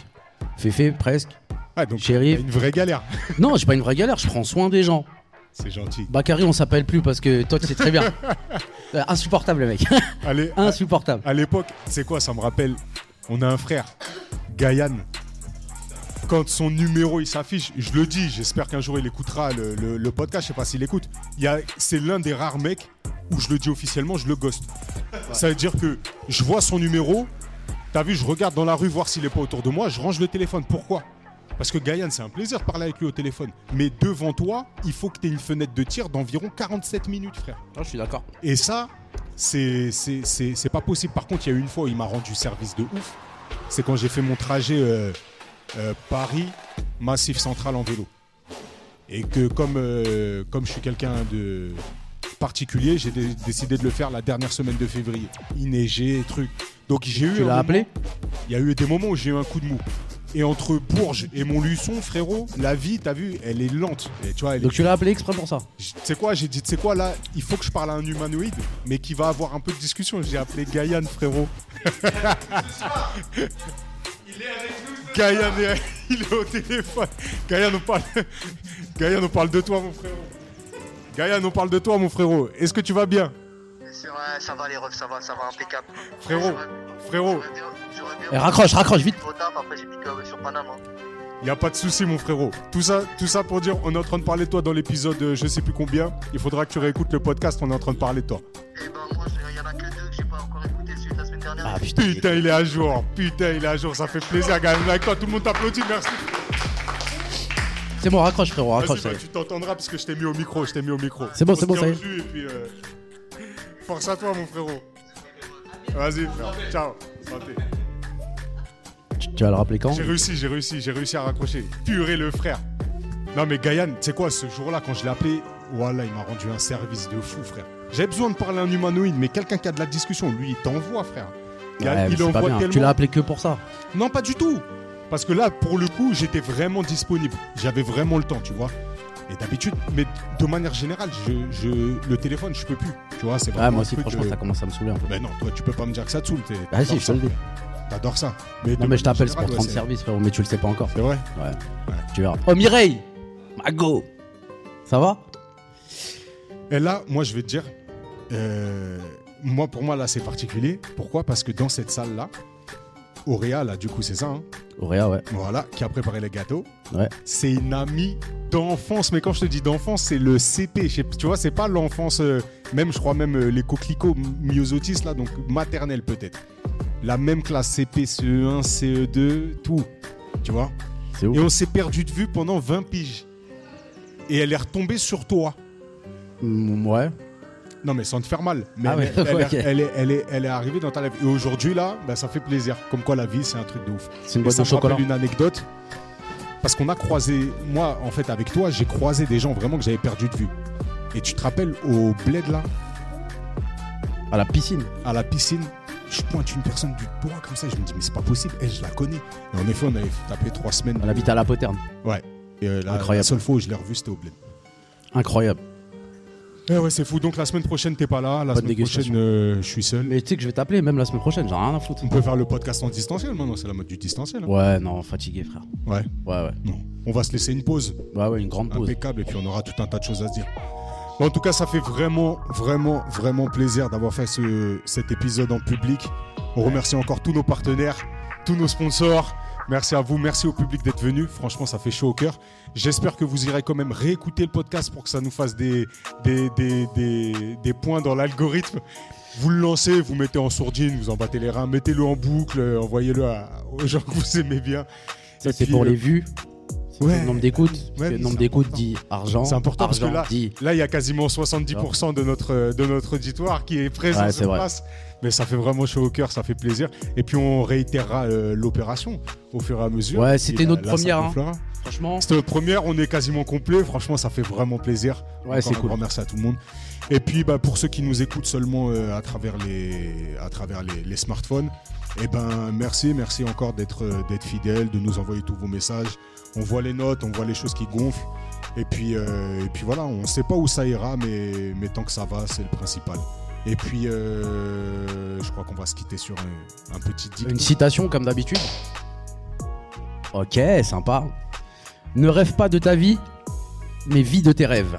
Féfé, presque. Ah, donc Chérie. il y a une vraie galère. Non, j'ai pas une vraie galère, je prends soin des gens. C'est gentil. Bakary, on s'appelle plus parce que toi, tu sais très bien. Euh, Insupportable, le mec. Allez, à- Insupportable. à l'époque, c'est quoi Ça me rappelle, on a un frère, Gaïan. Quand son numéro il s'affiche, je le dis, j'espère qu'un jour il écoutera le, le- le podcast, je sais pas s'il écoute. Il y a- C'est l'un des rares mecs où je le dis officiellement, je le ghost. Ça veut dire que je vois son numéro, t'as vu, je regarde dans la rue voir s'il est pas autour de moi, je range le téléphone. Pourquoi Parce que Gaïan, c'est un plaisir de parler avec lui au téléphone. Mais devant toi, il faut que tu aies une fenêtre de tir d'environ 47 minutes, frère. Non, je suis d'accord. Et ça, c'est c'est- c'est- c'est pas possible. Par contre, il y a eu une fois où il m'a rendu service de ouf. C'est quand j'ai fait mon trajet euh, euh, Paris, Massif Central en vélo. Et que comme, euh, comme je suis quelqu'un de particulier, j'ai dé- décidé de le faire la dernière semaine de février. Il neigeait, truc. Donc j'ai eu. Tu un l'as moment- appelé Il y a eu des moments où j'ai eu un coup de mou. Et entre Bourges et Montluçon, frérot, la vie, t'as vu, elle est lente. Et tu vois, elle est Donc tu l'as appelé exprès pour ça. je- Tu sais quoi, j'ai dit, tu sais quoi, là, il faut que je parle à un humanoïde, mais qui va avoir un peu de discussion. J'ai appelé Gaïan, frérot. il est avec nous. Gaïan, est- il est au téléphone. Gaïan, on parle, Gaïan, on parle de toi, mon frérot. Gaïan, on parle de toi, mon frérot. Est-ce que tu vas bien C'est vrai, ça va les refs, ça va, ça va, impeccable. Frérot, frérot, J'aurais bien- j'aurais bien- Eh, raccroche, raccroche, vite. Trop tard, après j'ai piqué euh, sur Paname. hein. il y a pas de souci, mon frérot. Tout ça, tout ça pour dire, on est en train de parler de toi dans l'épisode euh, je sais plus combien. Il faudra que tu réécoutes le podcast, on est en train de parler de toi. Et ben moi, il y en a que deux que j'ai pas encore écouté celui de la semaine dernière. Ah putain. Putain, il est à jour. Putain, il est à jour. Ça fait plaisir, gars. Avec toi, tout le monde t'applaudit. Merci. C'est bon, raccroche, frérot, raccroche. Vas-y, Ah, ça bah, y est. tu t'entendras parce que je t'ai mis au micro. Je t'ai mis au micro. C'est bon, On c'est se bon, tient ça y au est. jus et puis, euh, Force à toi, mon frérot. Vas-y, frère. Ciao. Santé. Tu, tu vas le rappeler quand J'ai réussi, j'ai réussi, j'ai réussi à raccrocher. Purée, le frère. Non, mais Gaïan, tu sais quoi, ce jour-là, quand je l'ai appelé, voilà, il m'a rendu un service de fou, frère. J'avais besoin de parler à un humanoïde, mais quelqu'un qui a de la discussion, lui, il t'envoie, frère. Ouais, mais il c'est pas envoie bien. tellement. Tu l'as appelé que pour ça. Non, pas du tout. Parce que là, pour le coup, j'étais vraiment disponible. J'avais vraiment le temps, tu vois. Et d'habitude, mais de manière générale, je, je- le téléphone, je peux plus. Tu vois, c'est Ouais, vraiment Ah, moi un aussi, truc, franchement, euh, ça commence à me saouler un peu. Ben non, toi, tu peux pas me dire que ça te saoule. t'es- Bah si, t'adores je te le dis. ça, T'adores ça. Non, de mais je t'appelle c'est manière pour te générale, rendre ouais, service, frérot, mais tu le sais pas encore. c'est- C'est vrai Ouais. Tu verras. Oh, Mireille Mago Ça va Et là, moi, je vais te dire, euh, moi, pour moi, là, c'est particulier. Pourquoi Parce que dans cette salle-là, Auréa, là, du coup, c'est ça, hein, Auréa, ouais. voilà, qui a préparé les gâteaux. Ouais. C'est une amie d'enfance, mais quand je te dis d'enfance, c'est le CP. Je sais- Tu vois, c'est pas l'enfance, euh, même je crois même euh, les coquelicots myosotis là, donc maternelle peut-être. La même classe CP, CE1, CE2, E tout. Tu vois C'est Et ouf. on s'est perdu de vue pendant 20 piges. Et elle est retombée sur toi. Mm, Ouais. Non, mais sans te faire mal. Mais Ah elle, ouais, elle- elle est- ok. elle est, elle, est, elle est arrivée dans ta lèvre. Et aujourd'hui, là, bah, ça fait plaisir. Comme quoi, la vie, c'est un truc de ouf. C'est une Et boîte ça de me rappelle chocolat. une anecdote. Parce qu'on a croisé, moi en fait avec toi, j'ai croisé des gens vraiment que j'avais perdu de vue. Et tu te rappelles au bled là, À la piscine. à la piscine, je pointe une personne du doigt comme ça, je me dis mais c'est pas possible, elle je la connais. Et en effet on avait tapé trois semaines. Elle de- habite à la poterne. Ouais. Et euh, la, Incroyable. la seule fois où je l'ai revue c'était au bled. Incroyable. Eh ouais c'est fou, donc la semaine prochaine t'es pas là, la Bonne semaine dégustation. prochaine euh, je suis seul. Mais tu sais que je vais t'appeler même la semaine prochaine, j'en ai rien à foutre. On peut faire le podcast en distanciel maintenant, c'est la mode du distanciel. hein. Ouais, non, fatigué, frère. Ouais. Ouais, ouais. Non. On va se laisser une pause. Ouais, ouais, une Ah, grande pause. impeccable et puis on aura tout un tas de choses à se dire. Mais en tout cas, ça fait vraiment, vraiment, vraiment plaisir d'avoir fait ce, cet épisode en public. On remercie encore tous nos partenaires, tous nos sponsors. Merci à vous, merci au public d'être venu. Franchement, ça fait chaud au cœur. J'espère que vous irez quand même réécouter le podcast pour que ça nous fasse des, des, des, des, des points dans l'algorithme. Vous le lancez, vous mettez en sourdine, vous en battez les reins, mettez-le en boucle, euh, envoyez-le à- aux gens que vous aimez bien. Ça, Et c'est puis, pour euh, les vues. C'est ouais. le nombre d'écoutes. Ouais, le oui, nombre c'est d'écoutes important. dit argent. C'est important parce que argent là- dit. Là, il y a quasiment 70% de notre, euh, de notre auditoire qui est présent Ouais, c'est sur vrai. place. Mais ça fait vraiment chaud au cœur, ça fait plaisir. Et puis, on réitérera euh, l'opération au fur et à mesure. Ouais, Et c'était la- notre la première, hein. s'ampliflera. Franchement, C'était notre première, on est quasiment complet. Franchement, ça fait vraiment plaisir. ouais, c'est Encore un cool. grand merci à tout le monde. Et puis, bah, pour ceux qui nous écoutent seulement euh, à travers les, à travers les, les smartphones, eh ben, merci, merci encore d'être euh, d'être fidèles, de nous envoyer tous vos messages. On voit les notes, on voit les choses qui gonflent. Et puis, euh, et puis voilà, on ne sait pas où ça ira, mais, mais tant que ça va, c'est le principal. Et puis, euh, je crois qu'on va se quitter sur un, un petit dicton. Une citation comme d'habitude. Ok, sympa. Ne rêve pas de ta vie, mais vis de tes rêves.